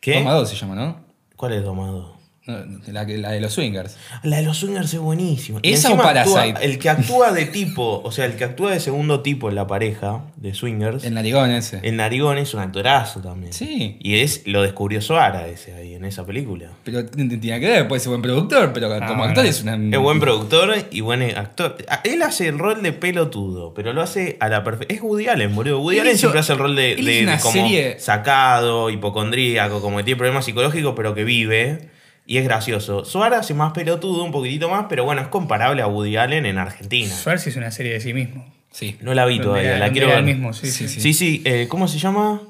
Speaker 3: ¿Qué?
Speaker 2: 2 más 2 se llama, ¿no?
Speaker 3: ¿Cuál es 2 más 2?
Speaker 2: No, La, que- la de los swingers.
Speaker 3: La de los swingers es buenísima. Y
Speaker 2: ¿Esa
Speaker 3: encima
Speaker 2: o Parasite?
Speaker 3: actúa- el que actúa de tipo, o sea, el que actúa de segundo tipo en la pareja de swingers,
Speaker 2: El
Speaker 3: el,
Speaker 2: narigón ese.
Speaker 3: narigón es un actorazo también.
Speaker 2: Sí.
Speaker 3: Y es, lo descubrió Suara ese ahí en esa película.
Speaker 2: Pero tiene tiene que ver, puede ser buen productor, pero como
Speaker 1: Ah, no.
Speaker 2: actor es una.
Speaker 3: Es buen productor y buen actor. Ah, Él hace el rol de pelotudo, pero lo hace a la perfección. Es Woody Allen, boludo. Woody
Speaker 2: Él
Speaker 3: Allen
Speaker 2: hizo-
Speaker 3: siempre hace el rol de,
Speaker 2: él hizo
Speaker 3: de
Speaker 2: una
Speaker 3: como
Speaker 2: serie-
Speaker 3: sacado, hipocondríaco, como que tiene problemas psicológicos, pero que vive. Y es gracioso. Suara hace más pelotudo, un poquitito más, pero bueno, es comparable a Woody Allen en Argentina.
Speaker 1: Schwarz es una serie de sí mismo.
Speaker 2: Sí.
Speaker 3: No la vi
Speaker 1: Donde
Speaker 3: todavía,
Speaker 1: era-
Speaker 3: la
Speaker 1: donde
Speaker 3: quiero
Speaker 1: era
Speaker 3: ver.
Speaker 1: el mismo, sí,
Speaker 2: Sí,
Speaker 1: sí.
Speaker 2: sí.
Speaker 3: Sí, sí, eh, ¿cómo se llama?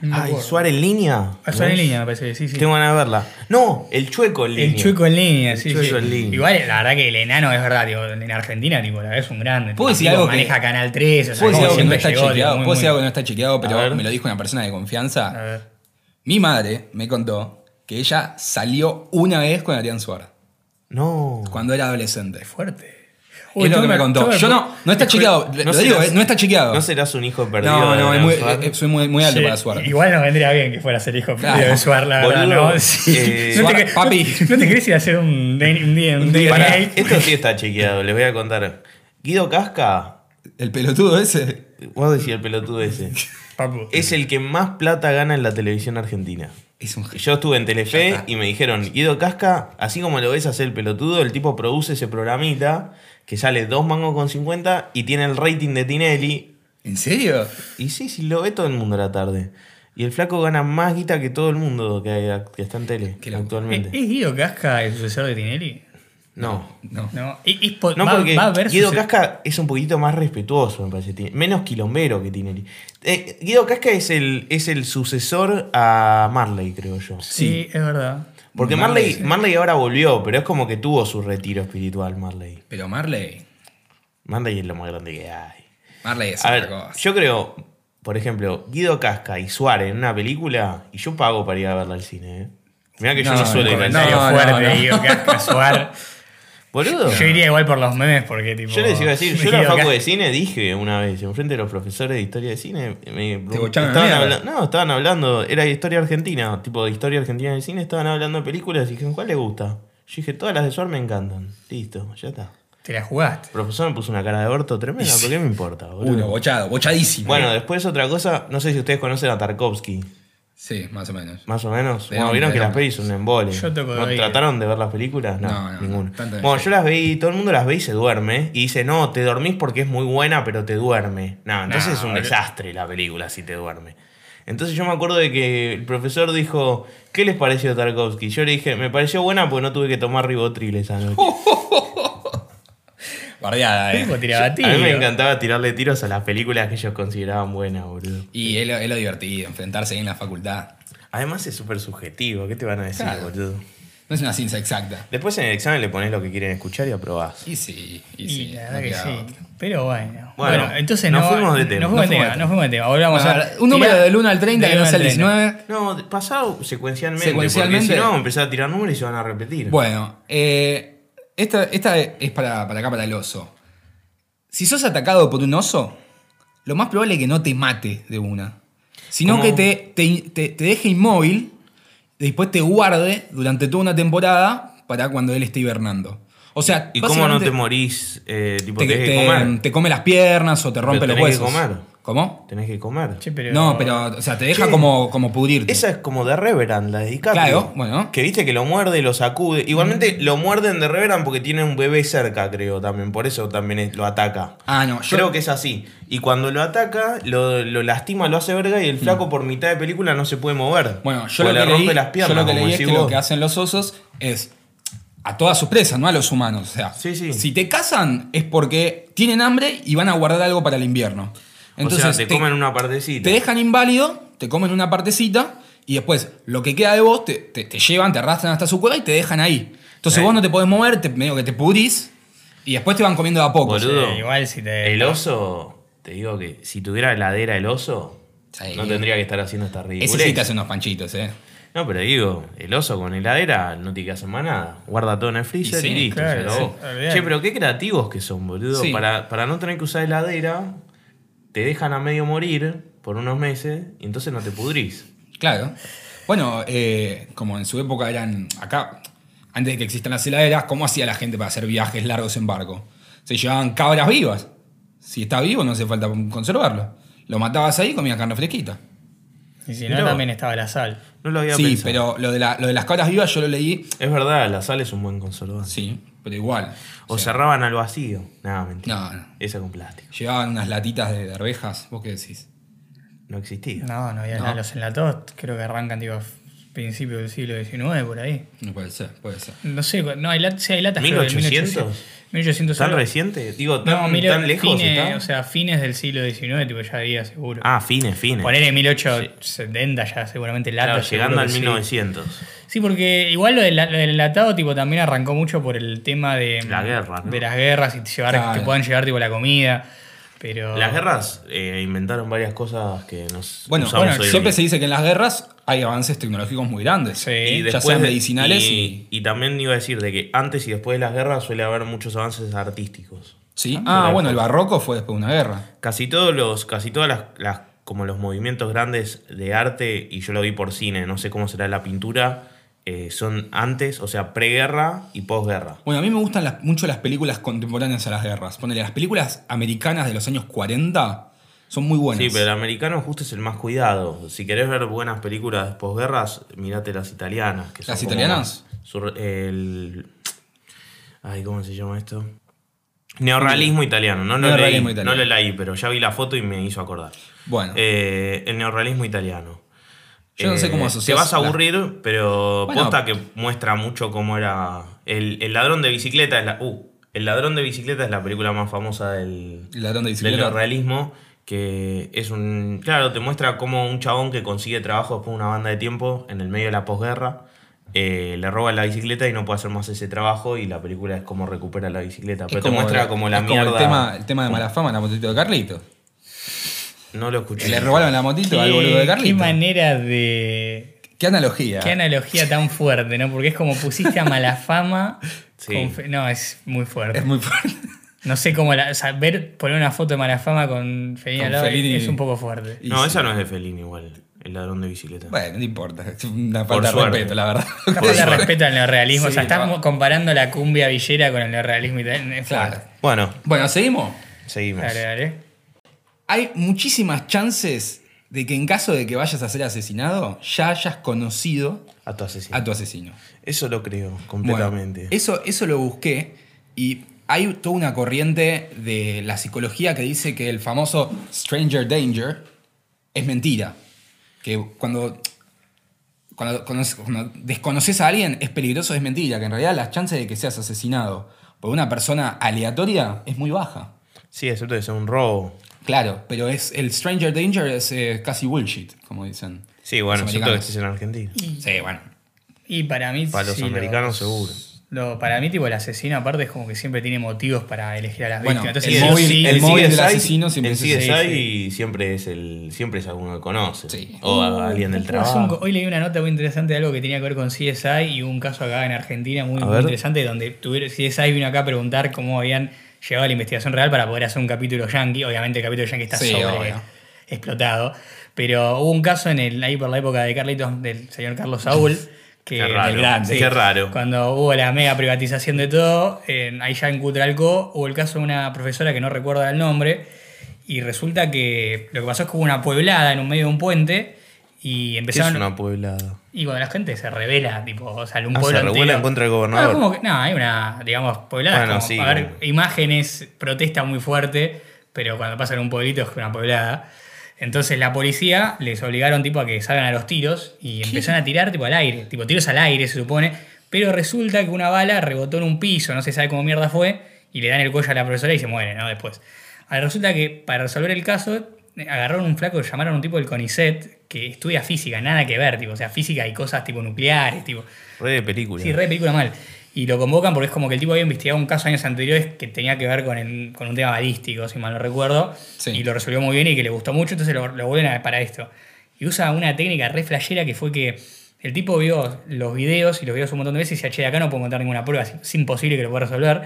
Speaker 1: No me
Speaker 3: Ay,
Speaker 1: acuerdo.
Speaker 3: Suárez en línea.
Speaker 1: Ah, Suárez en
Speaker 3: ¿Ves?
Speaker 1: línea, me parece que sí, sí.
Speaker 3: Tengo ganas de verla. No, el chueco en línea.
Speaker 1: El chueco en línea,
Speaker 3: El
Speaker 1: sí,
Speaker 3: chueco
Speaker 1: sí.
Speaker 3: en línea.
Speaker 1: Igual, la verdad que el enano es verdad, tipo, en Argentina, tipo, la verdad es un grande.
Speaker 2: ¿Puedo
Speaker 1: El
Speaker 2: decir
Speaker 1: tipo
Speaker 2: algo que-
Speaker 1: maneja Canal 3, o sea,
Speaker 2: Puedo decir
Speaker 1: como
Speaker 2: algo que no
Speaker 1: siempre
Speaker 2: está
Speaker 1: llegó, tipo,
Speaker 2: chequeado,
Speaker 1: muy,
Speaker 2: puedo decir
Speaker 1: muy-
Speaker 2: algo que no está chequeado,
Speaker 3: ver.
Speaker 2: pero me lo dijo una persona de confianza.
Speaker 1: A ver.
Speaker 2: Mi madre me contó que ella salió una vez con Adrián Suárez,
Speaker 3: No.
Speaker 2: cuando era adolescente.
Speaker 1: Fuerte.
Speaker 2: es lo
Speaker 1: yo
Speaker 2: que me contó. Yo no, no está chequeado.
Speaker 3: No
Speaker 2: lo digo,
Speaker 3: serás-
Speaker 2: eh, no está chequeado.
Speaker 3: No serás un hijo perdido.
Speaker 2: no, no,
Speaker 3: de
Speaker 2: es muy-
Speaker 3: Suárez?
Speaker 2: eh, soy muy, muy alto
Speaker 1: Sí,
Speaker 2: para Suárez.
Speaker 1: Igual no vendría bien que fuera a ser hijo
Speaker 2: Claro.
Speaker 1: de Suar, la verdad,
Speaker 3: Boludo,
Speaker 1: ¿no? Sí.
Speaker 3: eh,
Speaker 1: no, te,
Speaker 2: Suar,
Speaker 1: cre-
Speaker 2: papi.
Speaker 1: no- no te querés ir a hacer un, D- un, D- un DNA.
Speaker 3: Pará, esto sí está chequeado, les voy a contar. Guido Casca,
Speaker 2: El pelotudo ese.
Speaker 3: vos decís el pelotudo ese.
Speaker 1: Papu.
Speaker 3: es el que más plata gana en la televisión argentina.
Speaker 2: Es un
Speaker 3: Yo estuve en
Speaker 2: Ya
Speaker 3: Telefe
Speaker 2: está.
Speaker 3: y me dijeron, Guido Casca, así como lo ves hacer el pelotudo, el tipo produce ese programita que sale dos mangos con 50 y tiene el rating de Tinelli.
Speaker 2: ¿En serio?
Speaker 3: Y sí, sí, lo ve todo el mundo a la tarde. Y el flaco gana más guita que todo el mundo que, que está en tele
Speaker 2: Qué loco.
Speaker 1: ¿Es
Speaker 3: actualmente.
Speaker 1: Eh, es Guido Casca el sucesor de Tinelli?
Speaker 3: No.
Speaker 2: No.
Speaker 1: No, es- es po-
Speaker 3: No,
Speaker 1: va,
Speaker 3: porque
Speaker 1: va a ver
Speaker 3: Guido
Speaker 1: suce-
Speaker 3: Casca es un poquito más respetuoso, me parece. Tin- Menos quilombero que Tinelli. Eh, Guido Casca es el, es el sucesor a Marley, creo yo.
Speaker 1: Sí, es verdad.
Speaker 3: Porque
Speaker 2: Marley,
Speaker 3: Marley,
Speaker 2: sí.
Speaker 3: Marley ahora volvió, pero es como que tuvo su retiro espiritual, Marley.
Speaker 2: Pero Marley.
Speaker 3: Marley es lo más grande que hay.
Speaker 2: Marley es
Speaker 3: A
Speaker 2: otra
Speaker 3: ver,
Speaker 2: cosa.
Speaker 3: yo creo, por ejemplo, Guido Casca y Suárez en una película, y yo pago para ir a verla al cine, ¿eh? Mirá que yo
Speaker 2: No,
Speaker 3: no suelo
Speaker 2: no,
Speaker 3: ir al
Speaker 2: no.
Speaker 3: cine.
Speaker 1: Comentario fuerte,
Speaker 2: no.
Speaker 1: Guido Casca, Suar.
Speaker 3: Boludo.
Speaker 1: Yo iría igual por los memes porque, tipo.
Speaker 3: Yo les iba a decir, yo en la
Speaker 1: Guido
Speaker 3: facu
Speaker 1: Casca-
Speaker 3: de cine dije una vez, enfrente de los profesores de historia de cine, me
Speaker 2: Te bocharon la
Speaker 3: estaban
Speaker 2: mierda.
Speaker 3: habla- No, estaban hablando, era de historia argentina, tipo de historia argentina del cine, estaban hablando de películas y dijeron, ¿cuál le gusta? Yo dije, todas las de Suárez me encantan. Listo, ya está.
Speaker 1: Te la jugaste.
Speaker 3: El profesor me puso una cara de orto tremenda, ¿por qué me importa, boludo?
Speaker 2: Uno, bochado, bochadísimo.
Speaker 3: Bueno, después otra cosa, no sé si ustedes conocen a Tarkovsky,
Speaker 2: Sí, más o menos.
Speaker 3: más o menos.
Speaker 2: De
Speaker 3: Bueno,
Speaker 2: dónde,
Speaker 3: vieron
Speaker 2: de
Speaker 3: que las
Speaker 2: dónde.
Speaker 3: pelis son un embole.
Speaker 1: Yo toco de
Speaker 3: ¿No
Speaker 1: ahí.
Speaker 3: trataron de ver las películas? No,
Speaker 2: No, no,
Speaker 3: ninguno.
Speaker 2: no, tanto de
Speaker 3: bueno,
Speaker 2: fe.
Speaker 3: yo las vi, todo el mundo las ve y se duerme. Y dice, no, te dormís porque es muy buena, pero te duerme. No, entonces
Speaker 1: No,
Speaker 3: es un
Speaker 1: boludo.
Speaker 3: desastre la película si te duerme. Entonces yo me acuerdo de que el profesor dijo, ¿qué les pareció Tarkovsky? Yo le dije, me pareció buena porque no tuve que tomar ribotril esa noche.
Speaker 1: Oh,
Speaker 2: Bardeada, eh.
Speaker 1: Tipo, tiraba
Speaker 3: A mí me
Speaker 1: tiro.
Speaker 3: encantaba tirarle tiros a las películas que ellos consideraban buenas, boludo.
Speaker 2: Y es lo, es lo divertido, enfrentarse ahí en la facultad.
Speaker 3: Además es súper subjetivo, ¿qué te van a decir,
Speaker 2: Claro.
Speaker 3: boludo?
Speaker 2: No es una ciencia exacta.
Speaker 3: Después en el examen le pones lo que quieren escuchar y aprobás.
Speaker 2: Y sí, y,
Speaker 1: Y
Speaker 2: sí.
Speaker 1: la
Speaker 2: no
Speaker 1: verdad que
Speaker 2: queda
Speaker 1: sí.
Speaker 2: otra.
Speaker 1: Pero bueno.
Speaker 3: Bueno,
Speaker 1: Bueno, entonces
Speaker 3: nos
Speaker 1: no.
Speaker 3: fuimos de tema,
Speaker 1: No fuimos
Speaker 2: nos
Speaker 1: de
Speaker 2: fuimos
Speaker 1: tema,
Speaker 2: de
Speaker 1: no fuimos de tema. Ahora vamos
Speaker 2: A
Speaker 1: a-
Speaker 2: ver, un número
Speaker 1: tirá-
Speaker 2: del 1 al 30 que
Speaker 1: del
Speaker 2: no
Speaker 1: 1
Speaker 2: sea el
Speaker 1: al 30.
Speaker 2: 19.
Speaker 3: No, pasado secuencialmente.
Speaker 2: Secuencialmente.
Speaker 3: Porque si no, empezás a tirar números y se van a repetir.
Speaker 2: Bueno, eh, esta, esta es para, para acá, para el oso. Si sos atacado por un oso, lo más probable es que no te mate de una, sino
Speaker 3: ¿Cómo?
Speaker 2: que te, te, te- te deje inmóvil, después te guarde durante toda una temporada para cuando él esté hibernando. O sea,
Speaker 3: ¿Y cómo no te
Speaker 2: básicamente
Speaker 3: morís? Eh, tipo,
Speaker 2: te,
Speaker 3: tenés
Speaker 2: te-
Speaker 3: que comer.
Speaker 2: te come las piernas o te rompe los
Speaker 3: tenés que
Speaker 2: huesos.
Speaker 3: comer.
Speaker 2: ¿Cómo?
Speaker 3: Tenés que comer.
Speaker 1: Che, pero- eh,
Speaker 2: No, pero, o sea, te deja
Speaker 3: Che.
Speaker 2: como, como pudrirte.
Speaker 3: Esa es como de Reverend, la de DiCaprio.
Speaker 2: Claro, bueno.
Speaker 3: Que viste que lo muerde, lo sacude. Igualmente lo muerden de Reverend porque tiene un bebé cerca, creo, también. Por eso también es- lo ataca.
Speaker 2: Ah, no, yo-
Speaker 3: Creo que es así. Y cuando lo ataca, lo, lo lastima, lo hace verga y el flaco por mitad de película no se puede mover.
Speaker 2: Mm. Bueno, yo
Speaker 3: O
Speaker 2: lo,
Speaker 3: Pues le
Speaker 2: que
Speaker 3: rompe
Speaker 2: leí,
Speaker 3: las piernas.
Speaker 2: yo lo que
Speaker 3: como
Speaker 2: leí es
Speaker 3: decís
Speaker 2: que lo
Speaker 3: vos.
Speaker 2: que hacen los osos es a todas sus presas, no a los humanos. O sea,
Speaker 3: Sí, sí.
Speaker 2: si te cazan es porque tienen hambre y van a guardar algo para el invierno. Entonces
Speaker 3: o sea, te, comen una partecita.
Speaker 2: te dejan inválido, te comen una partecita y después lo que queda de vos te, te- te llevan, te arrastran hasta su cueva y te dejan ahí. Entonces
Speaker 3: Ahí.
Speaker 2: vos no te podés mover, te, medio que te pudrís y después te van comiendo de a poco.
Speaker 3: Boludo.
Speaker 1: Eh, Igual si te.
Speaker 3: El oso, te digo que si tuviera heladera el oso,
Speaker 2: Sí.
Speaker 3: no tendría que estar haciendo esta
Speaker 2: Ese sí te
Speaker 3: ridiculez.
Speaker 2: hace unos panchitos, ¿eh?
Speaker 3: No, pero digo, el oso con heladera no tiene que hacer más nada. Guarda todo en el freezer
Speaker 2: Y
Speaker 3: y,
Speaker 2: sí,
Speaker 3: listo.
Speaker 1: claro,
Speaker 3: se acabó.
Speaker 1: sí, olvidate.
Speaker 3: Che, pero qué creativos que son, boludo.
Speaker 2: Sí.
Speaker 3: Para, para no tener que usar heladera, te dejan a medio morir por unos meses y entonces no te pudrís.
Speaker 2: Claro. Bueno, eh, como en su época eran acá, antes de que existan las heladeras, ¿cómo hacía la gente para hacer viajes largos en barco? Se llevaban cabras vivas. Si está vivo, no hace falta conservarlo. Lo matabas ahí y comías carne fresquita.
Speaker 1: Y si
Speaker 3: Mirá
Speaker 1: no,
Speaker 3: vos.
Speaker 1: también estaba la sal.
Speaker 3: No lo había
Speaker 2: Sí,
Speaker 3: pensado.
Speaker 2: pero lo de, la- lo de las cabras vivas yo lo leí.
Speaker 3: Es verdad, la sal es un buen conservante.
Speaker 2: Sí, pero igual.
Speaker 3: O cerraban al vacío. Nada, mentira.
Speaker 2: No, no.
Speaker 3: Esa con plástico.
Speaker 2: Llevaban unas latitas de, de arvejas, ¿vos qué decís?
Speaker 3: No existía.
Speaker 1: No, no había
Speaker 2: No.
Speaker 1: nada. Los enlatados creo que arrancan, digo, a principios del siglo XIX, por ahí.
Speaker 2: No puede ser, puede ser.
Speaker 1: No sé, no hay, lat- sí, hay latas. creo que del
Speaker 3: 1800?
Speaker 1: 1800
Speaker 3: ¿Tan
Speaker 1: algo.
Speaker 3: reciente? Digo, tan,
Speaker 1: No, mira,
Speaker 3: tan lejos
Speaker 1: fines,
Speaker 3: está.
Speaker 1: O sea, fines del siglo XIX, tipo, ya había seguro.
Speaker 3: ah, fines, fines.
Speaker 1: Poner en 1870 ya seguramente
Speaker 3: Claro,
Speaker 1: latas.
Speaker 3: llegando
Speaker 1: seguro
Speaker 3: al
Speaker 1: que sí.
Speaker 3: 1900.
Speaker 1: Sí, porque igual lo del, lo del enlatado tipo, también arrancó mucho por el tema de, mm,
Speaker 3: La guerra, ¿no?
Speaker 1: de las guerras y llevar,
Speaker 2: Claro.
Speaker 1: que puedan llevar tipo la comida. Pero.
Speaker 3: Las guerras eh, inventaron varias cosas que nos
Speaker 2: Bueno,
Speaker 3: usamos
Speaker 2: bueno,
Speaker 3: hoy en
Speaker 2: siempre
Speaker 3: día.
Speaker 2: se dice que en las guerras hay avances tecnológicos muy grandes.
Speaker 1: Sí.
Speaker 3: Y
Speaker 1: ya
Speaker 3: después
Speaker 2: sean
Speaker 3: de-
Speaker 2: medicinales
Speaker 3: y, y también iba a decir de que antes y después de las guerras suele haber muchos avances artísticos.
Speaker 2: Sí. Ah,
Speaker 3: Pero-
Speaker 2: bueno, el barroco fue después de una guerra.
Speaker 3: Casi todos los, casi todas las, las- como los movimientos grandes de arte, y yo lo vi por cine, no sé cómo será la pintura, eh, son antes, o sea, preguerra y posguerra.
Speaker 2: Bueno, a mí me gustan las- mucho las películas contemporáneas a las guerras. Ponele, las películas americanas de los años 40 Son muy buenas.
Speaker 3: Sí, pero el americano justo es el más cuidado. Si querés ver buenas películas posguerras, mirate las italianas. que son
Speaker 2: ¿Las
Speaker 3: como
Speaker 2: italianas?
Speaker 3: más sur- el... Ay, ¿cómo se llama esto? Neorrealismo italiano. No lo, leí,
Speaker 2: Neorrealismo italiano.
Speaker 3: no lo leí, pero ya vi la foto y me hizo acordar.
Speaker 2: Bueno.
Speaker 3: Eh, el neorrealismo italiano. Eh,
Speaker 2: Yo no sé cómo
Speaker 3: Te
Speaker 2: asociás
Speaker 3: vas a
Speaker 2: la-
Speaker 3: aburrir, pero
Speaker 2: Bueno.
Speaker 3: posta que muestra mucho cómo era. El, el ladrón de bicicleta es la. uh, el ladrón de bicicleta es la película más famosa del,
Speaker 2: El ladrón de
Speaker 3: del
Speaker 2: bicicleta.
Speaker 3: neorrealismo, que es un... Claro, te muestra cómo un chabón que consigue trabajo después de una banda de tiempo, en el medio de la posguerra, eh, le roba la bicicleta y no puede hacer más ese trabajo y la película es cómo recupera la bicicleta.
Speaker 2: Es
Speaker 3: Pero te muestra como la
Speaker 2: es
Speaker 3: mierda...
Speaker 2: el tema, el tema de mala fama, la motito de Carlito.
Speaker 3: No lo
Speaker 2: Que
Speaker 3: escuché.
Speaker 2: le robaron la motito al boludo de
Speaker 1: Qué, qué
Speaker 2: Carlito.
Speaker 1: manera de.
Speaker 2: Qué analogía.
Speaker 1: Qué analogía tan fuerte, ¿no? Porque es como pusiste a mala fama.
Speaker 3: Sí.
Speaker 1: con fe- No, es muy fuerte.
Speaker 2: es muy fuerte.
Speaker 1: No sé cómo la. o sea, ver poner una foto de mala fama con Felina
Speaker 2: Con
Speaker 1: al lado
Speaker 2: Fellini.
Speaker 1: es un poco fuerte.
Speaker 2: Y
Speaker 3: No,
Speaker 2: sí.
Speaker 3: esa no es de Felín igual, el ladrón de bicicleta.
Speaker 2: Bueno, no importa. Es una falta de
Speaker 3: suerte.
Speaker 2: respeto, la verdad.
Speaker 1: Una falta de respeto al neorrealismo.
Speaker 2: Sí,
Speaker 1: o sea, estás
Speaker 2: no.
Speaker 1: comparando la cumbia villera con el neorrealismo italiano. Es
Speaker 2: Claro.
Speaker 1: fuerte.
Speaker 3: Bueno,
Speaker 2: Bueno, seguimos.
Speaker 3: seguimos.
Speaker 1: Dale, dale.
Speaker 2: Hay muchísimas chances de que en caso de que vayas a ser asesinado, ya hayas conocido
Speaker 3: A tu asesino.
Speaker 2: a tu asesino.
Speaker 3: Eso lo creo
Speaker 2: Bueno,
Speaker 3: completamente.
Speaker 2: eso, eso lo busqué y hay toda una corriente de la psicología que dice que el famoso Stranger Danger es mentira. Que cuando, cuando, conoces- cuando desconoces a alguien es peligroso, es mentira. Que en realidad las chances de que seas asesinado por una persona aleatoria es muy baja.
Speaker 3: Sí, excepto que sea un robo.
Speaker 2: Claro, pero es el Stranger Danger es eh, casi bullshit, como dicen.
Speaker 3: Sí, bueno,
Speaker 2: los
Speaker 3: excepto que
Speaker 2: americanos.
Speaker 3: estés en Argentina.
Speaker 2: Sí, bueno.
Speaker 1: Y para mí.
Speaker 3: Para los
Speaker 1: sí,
Speaker 3: americanos seguro.
Speaker 1: lo- para mí, tipo, el asesino, aparte, es como que siempre tiene motivos para elegir a las
Speaker 2: Bueno,
Speaker 1: víctimas.
Speaker 2: el
Speaker 1: eso
Speaker 2: móvil- el
Speaker 1: sí-
Speaker 2: móvil
Speaker 3: CSI
Speaker 2: del asesino siempre
Speaker 3: el
Speaker 2: es ese.
Speaker 3: CSI siempre es el siempre es alguno que conoce
Speaker 2: Sí.
Speaker 3: o a- a alguien del
Speaker 1: Hace Uh, un co-
Speaker 3: trabajo.
Speaker 1: hoy leí una nota muy interesante de algo que tenía que ver con CSI y un caso acá en Argentina muy,
Speaker 3: A
Speaker 1: muy
Speaker 3: ver.
Speaker 1: interesante donde tuvieron, CSI vino acá a preguntar cómo habían llegado a la investigación real para poder hacer un capítulo yankee. Obviamente el capítulo yankee está
Speaker 2: Sí,
Speaker 1: sobre
Speaker 2: obvio.
Speaker 1: explotado. Pero hubo un caso en el, ahí por la época de Carlitos, del señor Carlos Saúl, que
Speaker 3: Qué raro,
Speaker 1: del grande,
Speaker 3: qué raro.
Speaker 1: cuando hubo la mega privatización de todo, en, ahí ya en Cutralco hubo el caso de una profesora que no recuerda el nombre y resulta que lo que pasó es que hubo una pueblada en un medio de un puente y
Speaker 3: ¿Qué es
Speaker 1: empezaron...
Speaker 3: una pueblada?
Speaker 1: Y cuando la gente se revela, tipo, o sea, un
Speaker 3: Ah,
Speaker 1: pueblo
Speaker 3: se revuela
Speaker 1: entero-
Speaker 3: en contra del
Speaker 1: No,
Speaker 3: gobernador.
Speaker 1: como que- no, hay una, digamos, poblada.
Speaker 3: Bueno,
Speaker 1: como-
Speaker 3: sí,
Speaker 1: a ver,
Speaker 3: como-
Speaker 1: imágenes, protesta muy fuerte, pero cuando pasan un pueblito es una poblada. Entonces la policía les obligaron tipo a que salgan a los tiros y empezaron a tirar tipo al aire, tipo tiros al aire se supone, pero resulta que una bala rebotó en un piso, no se sabe cómo mierda fue, y le dan el cuello a la profesora y se muere, ¿no? Después. Ah, Resulta que para resolver el caso agarraron un flaco, llamaron a un tipo del CONICET que estudia física, nada que ver, tipo, o sea, física y cosas tipo nucleares, tipo.
Speaker 3: Re de película.
Speaker 1: Sí, re película mal. Y lo convocan porque es como que el tipo había investigado un caso años anteriores que tenía que ver con, el- con un tema balístico, si mal no recuerdo.
Speaker 2: Sí.
Speaker 1: Y lo resolvió muy bien y que le gustó mucho, entonces lo, lo vuelven a para esto. Y usa una técnica re flashera que fue que el tipo vio los videos y los videos un montón de veces y decía, che, acá no puedo encontrar ninguna prueba, es, es imposible que lo pueda resolver.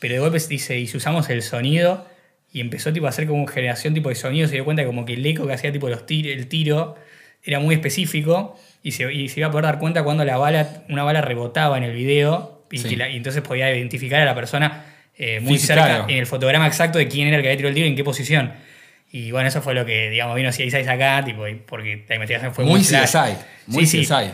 Speaker 1: Pero de golpe dice, y si usamos el sonido, y empezó tipo a hacer como una generación tipo de sonido, se dio cuenta que como que el eco que hacía tipo los tir- el tiro era muy específico y se, y se iba a poder dar cuenta cuando la bala, una bala rebotaba en el video y,
Speaker 2: Sí.
Speaker 1: que la- y entonces podía identificar a la persona eh, muy
Speaker 2: Física,
Speaker 1: cerca
Speaker 2: claro.
Speaker 1: en el fotograma exacto de quién era el que había tirado el tiro y en qué posición. Y bueno, eso fue lo que, digamos, vino CSI acá, tipo, y porque la investigación fue muy,
Speaker 2: muy
Speaker 1: clara.
Speaker 2: CSI. Muy
Speaker 1: Sí, sí.
Speaker 2: CSI.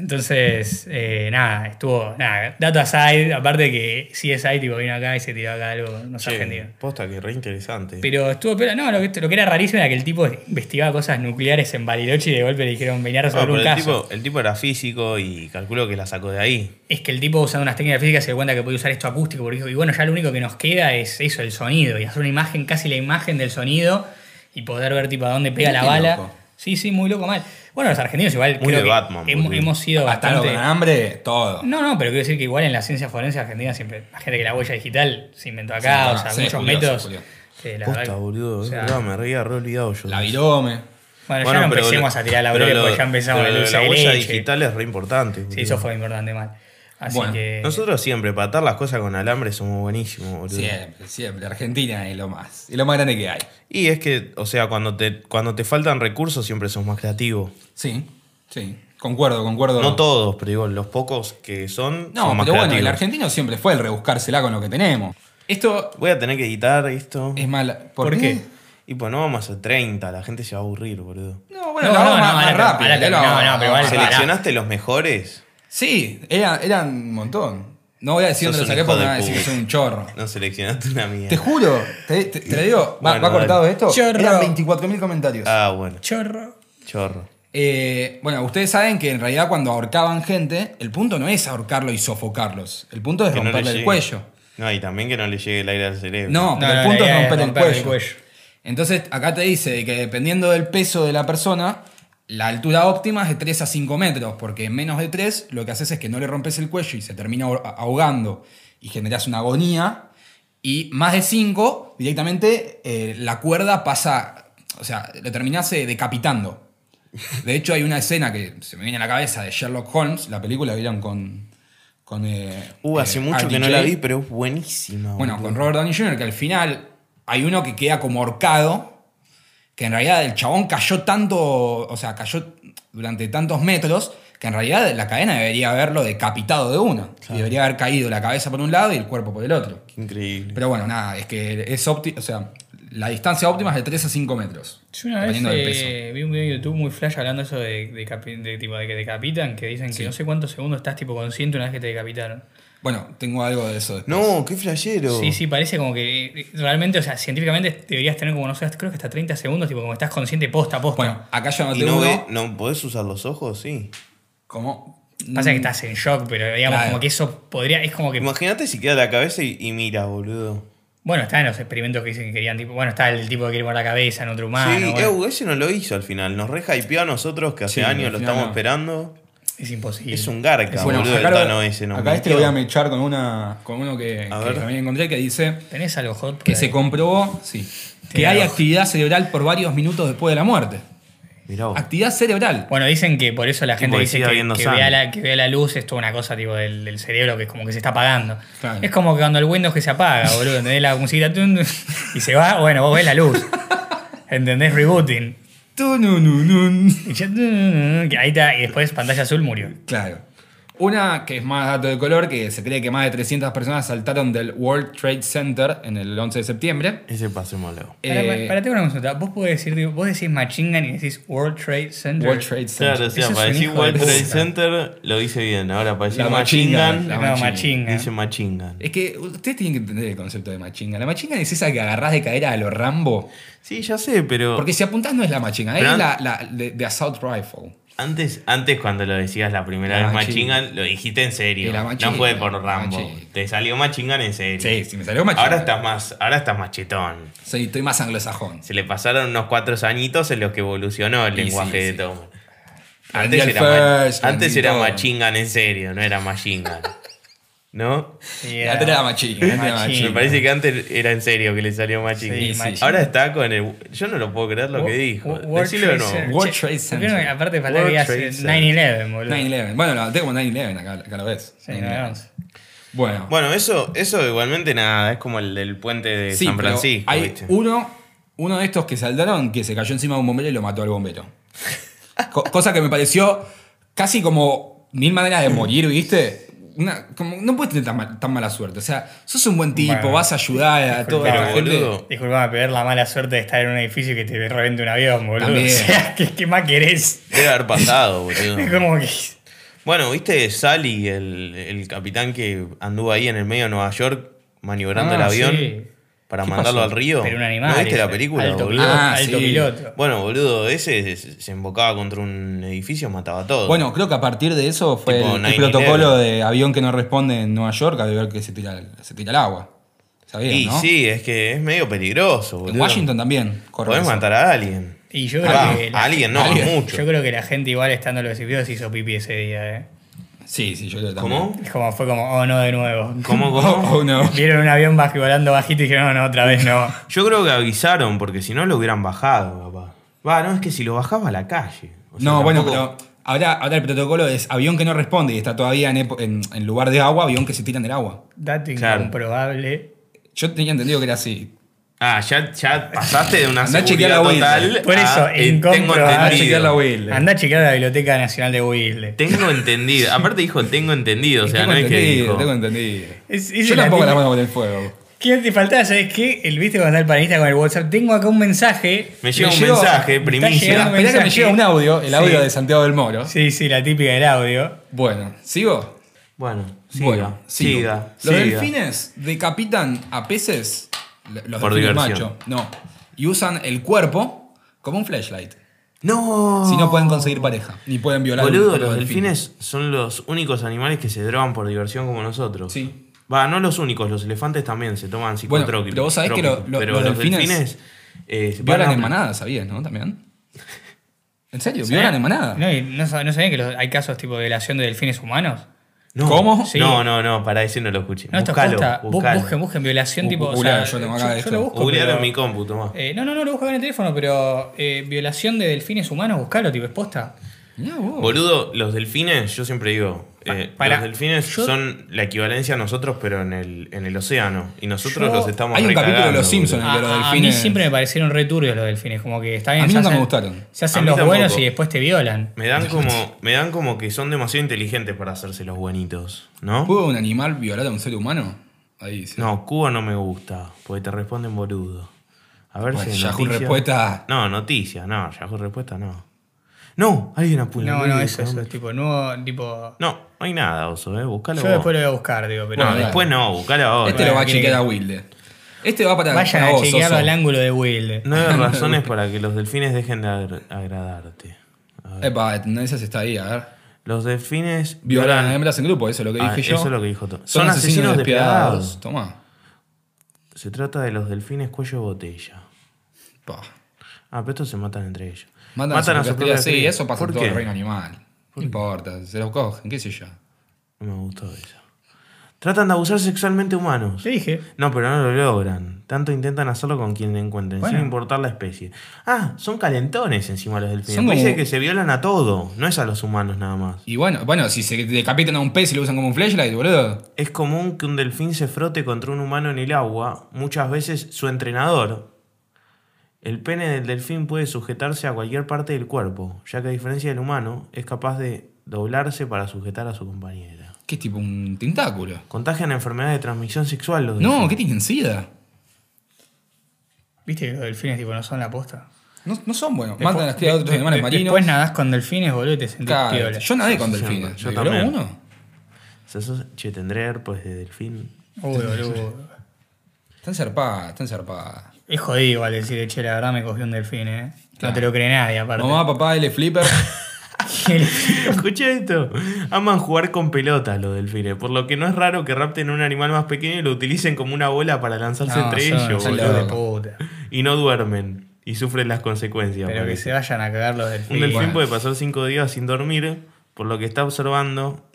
Speaker 1: Entonces, eh, nada, estuvo, nada, dato aside, aparte que CSI tipo vino acá y se tiró acá algo, no sé,
Speaker 3: Che,
Speaker 1: argentino.
Speaker 3: posta que re interesante.
Speaker 1: Pero estuvo peor. No, lo que, lo que era rarísimo era que el tipo investigaba cosas nucleares en Bariloche y de golpe le dijeron venir a
Speaker 3: Ah,
Speaker 1: resolver
Speaker 3: pero
Speaker 1: un
Speaker 3: el,
Speaker 1: caso.
Speaker 3: tipo, el tipo era físico y calculo que la sacó de ahí.
Speaker 1: Es que el tipo usando unas técnicas físicas se dio cuenta que podía usar esto acústico porque dijo, y bueno, ya lo único que nos queda es eso, el sonido, y hacer una imagen, casi la imagen del sonido y poder ver tipo a dónde pega la
Speaker 2: Mirá qué
Speaker 1: bala.
Speaker 2: loco.
Speaker 1: Sí, sí, muy loco mal. Bueno, los argentinos igual
Speaker 3: Muy
Speaker 1: creo
Speaker 3: de
Speaker 1: que
Speaker 3: Batman,
Speaker 1: hemos,
Speaker 3: boludo.
Speaker 1: hemos sido
Speaker 2: Hasta
Speaker 1: bastante...
Speaker 2: con hambre, todo.
Speaker 1: No, no, pero quiero decir que igual en la ciencia forense argentina siempre, la gente que la huella digital se inventó
Speaker 2: Se
Speaker 1: acá,
Speaker 2: inventó
Speaker 1: o sea,
Speaker 2: acá, sí,
Speaker 1: muchos
Speaker 2: Julio, sí,
Speaker 1: métodos.
Speaker 2: Julio.
Speaker 1: que la
Speaker 3: Posta,
Speaker 1: verdad-
Speaker 3: boludo.
Speaker 1: o
Speaker 3: es
Speaker 1: sea,
Speaker 3: verdad, me re había re olvidado yo.
Speaker 2: La virome.
Speaker 1: Bueno,
Speaker 3: Bueno,
Speaker 1: ya no
Speaker 3: pero
Speaker 1: empecemos
Speaker 3: lo-
Speaker 1: a tirar la
Speaker 3: pero
Speaker 1: breve
Speaker 3: lo-
Speaker 1: porque ya empezamos
Speaker 3: pero
Speaker 1: el
Speaker 3: lo de
Speaker 1: dulce
Speaker 3: La
Speaker 1: de
Speaker 3: huella
Speaker 1: leche.
Speaker 3: digital es re importante.
Speaker 1: Sí,
Speaker 3: boludo.
Speaker 1: eso fue importante mal. Así
Speaker 2: Bueno,
Speaker 1: que.
Speaker 3: Nosotros siempre, para atar las cosas con alambre, somos buenísimos, boludo.
Speaker 2: Siempre, siempre. Argentina es lo más. Es lo más grande que hay.
Speaker 3: Y es que, o sea, cuando te, cuando te faltan recursos siempre sos más creativo.
Speaker 2: Sí, sí. Concuerdo, concuerdo.
Speaker 3: No todos, pero digo, los pocos que son.
Speaker 2: No,
Speaker 3: son más
Speaker 2: pero bueno, el
Speaker 3: creativos.
Speaker 2: argentino siempre fue el rebuscársela con lo que tenemos. Esto Em.
Speaker 3: Voy a tener que editar esto.
Speaker 2: es mal.
Speaker 1: ¿Por qué?
Speaker 3: Y pues no vamos a 30, la gente se va a aburrir, boludo.
Speaker 2: No, bueno,
Speaker 1: No,
Speaker 2: la
Speaker 1: no,
Speaker 2: vamos
Speaker 1: no,
Speaker 2: más, más
Speaker 1: ahora te-
Speaker 2: rápido.
Speaker 1: ahora te-
Speaker 2: ya la-
Speaker 1: no, no, pero igual- Vale,
Speaker 3: ¿Seleccionaste los mejores?
Speaker 2: Sí, eran, eran un montón. No voy a decir dónde
Speaker 3: Sos
Speaker 2: lo
Speaker 3: un
Speaker 2: saqué
Speaker 3: hijo
Speaker 2: porque me
Speaker 3: de
Speaker 2: van a decir que
Speaker 3: puta.
Speaker 2: soy un chorro.
Speaker 3: No seleccionaste una mía.
Speaker 2: Te juro, te, te- te lo digo, va-
Speaker 3: Bueno,
Speaker 2: va, cortado
Speaker 3: dale.
Speaker 2: esto.
Speaker 1: Chorro.
Speaker 2: Eran 24.000 comentarios.
Speaker 3: Ah, bueno.
Speaker 1: Chorro.
Speaker 3: Chorro.
Speaker 2: Eh, bueno, ustedes saben que en realidad cuando ahorcaban gente, el punto no es ahorcarlo y sofocarlos. El punto es
Speaker 3: Que no le
Speaker 2: romperle el
Speaker 3: llegue.
Speaker 2: cuello.
Speaker 3: No, y también que no le llegue el aire al cerebro.
Speaker 2: No, pero
Speaker 1: No,
Speaker 2: el
Speaker 1: no, la
Speaker 2: punto
Speaker 1: idea
Speaker 2: es
Speaker 1: es
Speaker 2: romper,
Speaker 1: romperle
Speaker 2: el
Speaker 1: el
Speaker 2: cuello.
Speaker 1: cuello.
Speaker 2: Entonces, acá te dice que dependiendo del peso de la persona, la altura óptima es de 3 a 5 metros, porque en menos de 3 lo que haces es que no le rompes el cuello y se termina ahor- ahogando y generas una agonía. Y más de 5, directamente eh, la cuerda pasa, o sea, lo terminás eh, decapitando. De hecho, hay una escena que se me viene a la cabeza de Sherlock Holmes, la película que vieron con. con eh,
Speaker 3: Uh, hace
Speaker 2: eh,
Speaker 3: mucho que no
Speaker 2: RDJ.
Speaker 3: la vi, pero es buenísima.
Speaker 2: Bueno,
Speaker 3: boludo.
Speaker 2: con Robert Downey Jr., que al final hay uno que queda como horcado, que en realidad el chabón cayó tanto, o sea, cayó durante tantos metros, que en realidad la cadena debería haberlo decapitado de uno. Y debería haber caído la cabeza por un lado y el cuerpo por el otro.
Speaker 3: Qué increíble.
Speaker 2: Pero bueno, nada, es que es óptima, o sea, la distancia óptima es de 3 a 5 metros.
Speaker 1: Yo una vez
Speaker 2: dependiendo del peso.
Speaker 1: eh, vi un video de YouTube muy flash hablando eso de, de, capi- de tipo, de que decapitan, que dicen que no sé cuántos segundos estás tipo consciente una vez que te decapitaron.
Speaker 2: Bueno, tengo algo de eso. después.
Speaker 3: No, qué flashero.
Speaker 2: Uh.
Speaker 1: Sí, sí, parece como que eh, realmente, o sea, científicamente deberías tener como, no sé, creo que hasta 30 segundos, tipo como estás consciente posta a posta.
Speaker 2: Bueno, acá yo
Speaker 3: ¿Y
Speaker 2: anoté
Speaker 3: no,
Speaker 2: uno.
Speaker 3: ve- no podés usar los ojos? Sí.
Speaker 2: Como.
Speaker 1: Pasa que estás en shock, pero digamos
Speaker 2: mm, Claro.
Speaker 1: como que eso podría, es como que...
Speaker 3: Imagínate si queda la cabeza y, y mira, boludo.
Speaker 1: Bueno, está en los experimentos que dicen que querían, tipo, bueno, está el tipo que quiere mover la cabeza en otro humano.
Speaker 3: sí,
Speaker 1: bueno,
Speaker 3: eu, ese no lo hizo al final. Nos re hypeó a nosotros que
Speaker 2: Sí,
Speaker 3: hace años
Speaker 2: al
Speaker 3: lo
Speaker 2: final
Speaker 3: estamos
Speaker 2: no.
Speaker 3: esperando.
Speaker 1: es imposible.
Speaker 3: Es un garca,
Speaker 2: Bueno,
Speaker 3: boludo,
Speaker 2: acá,
Speaker 3: el Tano ese. nos
Speaker 2: acá este
Speaker 3: mintió.
Speaker 2: voy a mechar con, una, con uno que,
Speaker 3: A
Speaker 2: que
Speaker 3: ver.
Speaker 2: también encontré que dice.
Speaker 1: ¿Tenés algo hot? por
Speaker 2: que
Speaker 1: ahí?
Speaker 2: se comprobó sí, que
Speaker 1: Tiene
Speaker 2: hay
Speaker 1: algo.
Speaker 2: actividad cerebral por varios minutos después de la muerte.
Speaker 3: Mirá vos.
Speaker 2: Actividad cerebral.
Speaker 1: Bueno, dicen que por eso la
Speaker 3: Tipo,
Speaker 1: gente
Speaker 3: que
Speaker 1: dice
Speaker 3: siga
Speaker 1: que,
Speaker 3: viendo
Speaker 1: que
Speaker 3: sangre.
Speaker 1: vea la, que vea la luz es toda una cosa tipo del, del cerebro que es como que se está apagando.
Speaker 2: Claro.
Speaker 1: Es como que cuando el Windows que se apaga, boludo, ¿entendés? La musiquita tun, tun, y se va, bueno, vos ves la luz. ¿Entendés? Rebooting.
Speaker 2: Tunununun.
Speaker 1: Y, ya, tun, tun, tun, que ahí está, y después pantalla azul murió.
Speaker 2: Claro. Una que es más dato de color, que se cree que más de 300 personas saltaron del World Trade Center en el 11 de septiembre.
Speaker 3: Ese pasémoslo.
Speaker 1: Para,
Speaker 2: Eh,
Speaker 1: una consulta, vos podés decir, digo, vos decís Machingan y decís World Trade Center.
Speaker 2: World Trade Center.
Speaker 3: Claro, o
Speaker 1: Ese
Speaker 3: sea,
Speaker 1: es
Speaker 3: para
Speaker 1: un
Speaker 3: decir
Speaker 1: hijo de
Speaker 3: World Trade
Speaker 1: puta.
Speaker 3: Center lo dice bien. Ahora para decir
Speaker 2: La
Speaker 3: Machine
Speaker 2: machinga,
Speaker 3: Gun,
Speaker 2: la
Speaker 1: No,
Speaker 2: Machine
Speaker 1: Machingan.
Speaker 3: dice Machine Gun.
Speaker 2: Es que ustedes tienen que entender el concepto de machinga. La machinga es esa que agarrás de cadera a los Rambo.
Speaker 3: Sí, ya sé, pero
Speaker 2: Porque si apuntás no es la machinga, es
Speaker 3: Pero-
Speaker 2: la, la- de, de Assault Rifle.
Speaker 3: antes, antes cuando lo decías la primera
Speaker 2: La
Speaker 3: vez
Speaker 2: Machine
Speaker 3: Machingan, lo dijiste en serio.
Speaker 2: Y la Machine
Speaker 3: no fue
Speaker 2: Gun,
Speaker 3: por
Speaker 2: la
Speaker 3: Rambo.
Speaker 2: Machine.
Speaker 3: Te salió Machine Gun en serio.
Speaker 2: Sí, sí, me salió machinga.
Speaker 3: Ahora estás más, ahora estás más chetón.
Speaker 2: Sí, estoy más anglosajón.
Speaker 3: Se le pasaron unos cuatro añitos en los que evolucionó el
Speaker 2: Y sí,
Speaker 3: lenguaje de
Speaker 2: sí.
Speaker 3: Tom.
Speaker 2: Andy
Speaker 3: Antes era, ma-
Speaker 2: Alfers,
Speaker 3: antes
Speaker 2: Andy
Speaker 3: era
Speaker 2: todo.
Speaker 3: Machingan en serio, no era Machingan. ¿No?
Speaker 1: Sí,
Speaker 2: La tela machinga, la tela
Speaker 1: Machingan.
Speaker 2: Sí,
Speaker 3: Me parece que antes era en serio que le salió Machingan.
Speaker 1: Sí, sí,
Speaker 3: Ahora está con el. Yo no lo puedo creer lo que dijo. Decilo de nuevo.
Speaker 1: Center.
Speaker 2: World
Speaker 1: Che,
Speaker 2: Trade Center.
Speaker 1: ¿por qué no- Aparte, falta que
Speaker 3: World
Speaker 1: digas
Speaker 3: Trade
Speaker 1: eh,
Speaker 3: Center.
Speaker 1: 9-11, boludo.
Speaker 2: 9-11. Bueno, la tengo como 9-11 acá, acá lo ves.
Speaker 1: Sí,
Speaker 2: 9/11.
Speaker 1: 9-11.
Speaker 2: Bueno,
Speaker 3: Bueno, eso, eso igualmente nada, es como el del puente de
Speaker 2: sí,
Speaker 3: San
Speaker 2: pero
Speaker 3: Francisco.
Speaker 2: hay
Speaker 3: ¿viste?
Speaker 2: uno, uno de estos que saltaron que se cayó encima de un bombero y lo mató al bombero. Co- cosa que me pareció casi como mil maneras de morir, ¿viste? Una- como, no puedes tener tan, mal- tan mala suerte. O sea, sos un buen tipo,
Speaker 1: Bueno.
Speaker 2: vas a ayudar a toda
Speaker 3: Pero,
Speaker 2: la gente.
Speaker 3: boludo,
Speaker 1: Disculpame, pero es la mala suerte de estar en un edificio que te reviente un avión, boludo.
Speaker 2: También.
Speaker 1: O sea, ¿qué, qué más querés?
Speaker 3: debe haber pasado, boludo.
Speaker 1: Es como que.
Speaker 3: Bueno, ¿viste Sally, el, el capitán que anduvo ahí en el medio de Nueva York maniobrando
Speaker 1: Ah,
Speaker 3: el avión
Speaker 1: sí.
Speaker 3: para
Speaker 2: ¿Qué
Speaker 3: mandarlo
Speaker 2: pasó?
Speaker 3: al río?
Speaker 1: Pero un animal.
Speaker 3: ¿No viste la
Speaker 1: ese.
Speaker 3: película,
Speaker 1: Alto,
Speaker 3: boludo?
Speaker 1: piloto,
Speaker 2: Ah,
Speaker 1: alto
Speaker 2: sí.
Speaker 1: piloto.
Speaker 3: Bueno, boludo, ese se, se embocaba contra un edificio, mataba a todos.
Speaker 2: Bueno, creo que a partir de eso fue
Speaker 3: Tipo
Speaker 2: el, el
Speaker 3: 9/11.
Speaker 2: protocolo de avión que no responde en Nueva York a ver que se tira, se tira el agua. ¿Sabías,
Speaker 3: y
Speaker 2: no?
Speaker 3: sí, es que es medio peligroso, boludo.
Speaker 2: en Washington también. corre
Speaker 3: Podés
Speaker 2: eso.
Speaker 3: matar a alguien.
Speaker 1: Y yo creo
Speaker 3: Ah,
Speaker 1: que.
Speaker 3: a alguien no, a
Speaker 2: alguien.
Speaker 3: mucho.
Speaker 1: Yo creo que la gente, igual estando en los edificios, hizo pipí ese día, ¿eh?
Speaker 2: Sí, sí, yo creo que también.
Speaker 3: ¿Cómo?
Speaker 1: Es como, fue como, oh no, de nuevo.
Speaker 3: ¿Cómo, cómo?
Speaker 2: Oh, oh, no.
Speaker 1: Vieron un avión bajo, volando bajito y dijeron, no, no, otra vez no.
Speaker 3: Yo creo que avisaron, porque si no lo hubieran bajado, papá. Va, no, es que si lo bajaba a la calle. O sea,
Speaker 2: No, bueno,
Speaker 3: tampoco-
Speaker 2: pero ahora, ahora el protocolo es avión que no responde y está todavía en, epo- en- en lugar de agua, avión que se tira en el agua.
Speaker 1: Dato
Speaker 3: Claro.
Speaker 1: incomprobable.
Speaker 2: Yo tenía entendido que era así.
Speaker 3: Ah, ya, ya pasaste de una
Speaker 2: Andá a
Speaker 3: seguridad
Speaker 2: chequear la Wilde.
Speaker 3: total.
Speaker 1: Por eso,
Speaker 3: a, eh, tengo
Speaker 1: incomprobable.
Speaker 2: Andá a chequear la
Speaker 3: entendido.
Speaker 2: Wilde.
Speaker 1: Anda a chequear la Biblioteca Nacional de Whistler.
Speaker 3: Tengo entendido. Aparte dijo tengo entendido, o sea,
Speaker 2: tengo
Speaker 3: no es que
Speaker 2: entendido,
Speaker 3: dijo.
Speaker 2: tengo entendido.
Speaker 1: Es- es
Speaker 2: Yo
Speaker 1: la
Speaker 2: tampoco la
Speaker 1: típica-
Speaker 2: mano por el fuego.
Speaker 1: ¿Qué te faltaba? ¿Sabes qué? El viste cuando está el panelista con el WhatsApp. Tengo acá un mensaje.
Speaker 3: Me llega un mensaje,
Speaker 1: está
Speaker 3: primicia.
Speaker 1: llegando un
Speaker 2: Esperá que me
Speaker 1: mensaje.
Speaker 2: llega un audio, el audio
Speaker 1: Sí.
Speaker 2: de Santiago del Moro.
Speaker 1: Sí, sí, la típica del audio.
Speaker 2: Bueno, ¿sigo?
Speaker 3: Bueno, siga,
Speaker 2: Bueno, sigo.
Speaker 3: siga,
Speaker 2: Los
Speaker 3: siga.
Speaker 2: delfines decapitan a peces, l- los
Speaker 3: Por
Speaker 2: delfines
Speaker 3: diversión.
Speaker 2: macho, no, y usan el cuerpo como un flashlight.
Speaker 3: No.
Speaker 2: Si
Speaker 1: Oh.
Speaker 2: no pueden conseguir pareja, ni pueden violar.
Speaker 3: Boludo,
Speaker 2: a
Speaker 3: los delfines son los únicos animales que se drogan por diversión como nosotros.
Speaker 2: Sí.
Speaker 3: Va, no los únicos, los elefantes también se toman
Speaker 2: Bueno,
Speaker 3: psicotrópicos.
Speaker 2: pero vos sabés que lo- lo-
Speaker 3: pero
Speaker 2: los
Speaker 3: los delfines,
Speaker 2: delfines
Speaker 3: eh, se
Speaker 2: Violan
Speaker 3: van a-
Speaker 2: en manada, ¿sabías, no? También. ¿En serio? ¿Violan en manada?
Speaker 1: No, y no, sab- no sabían que los- hay casos tipo de violación de delfines humanos.
Speaker 3: No.
Speaker 2: ¿Cómo?
Speaker 1: Sí.
Speaker 3: No, no, no, para decir no lo escuché.
Speaker 1: No, esto
Speaker 3: Buscalo,
Speaker 1: consta. Bu-
Speaker 3: buscalo.
Speaker 1: Busquen, busquen violación
Speaker 2: Bu-
Speaker 1: tipo. o
Speaker 2: googlealo,
Speaker 1: sea,
Speaker 2: yo tengo acá esto.
Speaker 1: lo busco.
Speaker 3: Googlealo
Speaker 1: pero-
Speaker 3: en mi compu, Tomás.
Speaker 1: Eh, no, no, no, lo busco acá en el teléfono, pero eh, violación de delfines humanos, buscalo, tipo, es posta.
Speaker 2: Mirá vos.
Speaker 3: Boludo, los delfines, yo siempre digo, eh,
Speaker 1: Pa- pará,
Speaker 3: los delfines
Speaker 1: yo-
Speaker 3: son la equivalencia a nosotros, pero en el, en el océano. Y nosotros
Speaker 1: Yo-
Speaker 3: los estamos
Speaker 2: Hay un capítulo de
Speaker 3: recagando,
Speaker 2: Los
Speaker 3: boludo.
Speaker 2: Simpsons. ¿eh?
Speaker 1: A,
Speaker 2: los
Speaker 1: a- a mí
Speaker 2: delfines-
Speaker 1: siempre me parecieron re turbios los delfines, como que está bien.
Speaker 2: A mí
Speaker 1: se
Speaker 2: nunca me
Speaker 1: hacen-
Speaker 2: gustaron.
Speaker 1: Se
Speaker 3: A
Speaker 1: hacen
Speaker 3: mí
Speaker 1: los
Speaker 3: tampoco.
Speaker 1: buenos y después te violan.
Speaker 3: Me dan como. Me dan como que son demasiado inteligentes para hacerse los buenitos, ¿no?
Speaker 2: ¿Pudo un animal violar a un ser humano? Ahí dice.
Speaker 3: No, Cuba no me gusta, porque te responden boludo. A ver
Speaker 2: Bueno,
Speaker 3: si. en
Speaker 2: Yahoo
Speaker 3: noticias-
Speaker 2: respuesta.
Speaker 3: No, noticia, no, Yahoo respuesta no. No, alguien apuñaló.
Speaker 1: No, no,
Speaker 3: y
Speaker 1: eso,
Speaker 3: buscaron-
Speaker 1: eso, tipo, nuevo, tipo.
Speaker 3: No, no hay nada, oso, eh. Buscalo
Speaker 1: Yo
Speaker 3: vos.
Speaker 1: después lo voy a buscar, digo, pero.
Speaker 3: No,
Speaker 2: Bueno,
Speaker 3: después no, buscalo ahora.
Speaker 2: Este lo va a
Speaker 1: Bueno, quiere
Speaker 2: chequear a
Speaker 1: que-
Speaker 2: Wilde. Este va para,
Speaker 1: Vayan
Speaker 2: para
Speaker 1: a
Speaker 2: vos,
Speaker 1: chequearlo
Speaker 2: Soso.
Speaker 1: al ángulo de Will.
Speaker 3: Nueve razones para que los delfines dejen de agr- agradarte. A ver.
Speaker 2: Epa, la tendencia se está ahí, a ver.
Speaker 3: Los delfines
Speaker 2: Violan a
Speaker 3: violan.
Speaker 2: hembras en grupo, eso es lo que dije
Speaker 3: Ah,
Speaker 2: yo.
Speaker 3: eso es lo que dijo Tom. Son asesinos despiadados.
Speaker 2: Toma.
Speaker 3: Se trata de los delfines cuello de botella.
Speaker 2: Pa.
Speaker 3: Ah, pero estos se matan entre ellos.
Speaker 2: Matan, a su propia
Speaker 3: cría.
Speaker 2: Sí, eso pasa en
Speaker 3: ¿Por
Speaker 2: todo el
Speaker 3: qué?
Speaker 2: reino animal. No importa, se los cogen, qué sé yo.
Speaker 3: No me gustó eso. Tratan de abusar sexualmente humanos.
Speaker 1: Te dije.
Speaker 3: No, pero no lo logran. Tanto intentan hacerlo con quien encuentren, sin importar la especie. Ah, son calentones encima los delfines.
Speaker 2: Son
Speaker 3: Parece
Speaker 2: como-
Speaker 3: que se violan a todo, no es a los humanos nada más.
Speaker 2: Y bueno, bueno, si se decapitan a un pez y lo usan como un flashlight, boludo.
Speaker 3: Es común que un delfín se frote contra un humano en el agua, muchas veces su entrenador. El pene del delfín puede sujetarse a cualquier parte del cuerpo, ya que a diferencia del humano, es capaz de doblarse para sujetar a su compañera.
Speaker 2: Que es tipo un tentáculo.
Speaker 3: Contagian enfermedades de transmisión sexual los
Speaker 2: No,
Speaker 3: delfines.
Speaker 2: ¿qué tienen sida? ¿Viste?
Speaker 1: Viste que los delfines, tipo, no son la posta.
Speaker 2: No, no son buenos. Matan a las crías de otros animales
Speaker 1: Después
Speaker 2: marinos.
Speaker 1: nadás con delfines, boludo, y te sentís
Speaker 2: Cagate.
Speaker 1: piola.
Speaker 2: Yo nadé con
Speaker 3: Sí, sí,
Speaker 2: delfines.
Speaker 3: yo
Speaker 2: ¿Me violó
Speaker 3: también.
Speaker 2: uno?
Speaker 3: Se asocia- Che, tendré herpes de delfín.
Speaker 1: Uy, boludo.
Speaker 2: Están zarpadas, están zarpadas.
Speaker 1: Es jodido igual decir, che, la verdad me cogió un delfín, eh. No te lo cree nadie, aparte.
Speaker 2: Mamá, papá, él es flipper.
Speaker 3: Escucha esto. Aman jugar con pelotas los delfines, por lo que no es raro que rapten un animal más pequeño y lo utilicen como una bola para lanzarse
Speaker 1: No,
Speaker 3: entre
Speaker 1: son
Speaker 3: ellos.
Speaker 1: unos
Speaker 2: boludo.
Speaker 1: hijos de puta.
Speaker 3: Y no duermen. Y sufren las consecuencias.
Speaker 1: Pero que
Speaker 3: parece.
Speaker 1: se vayan a cagar los
Speaker 3: Un
Speaker 1: delfines.
Speaker 3: delfín
Speaker 2: bueno.
Speaker 3: puede pasar cinco días sin dormir, por lo que está observando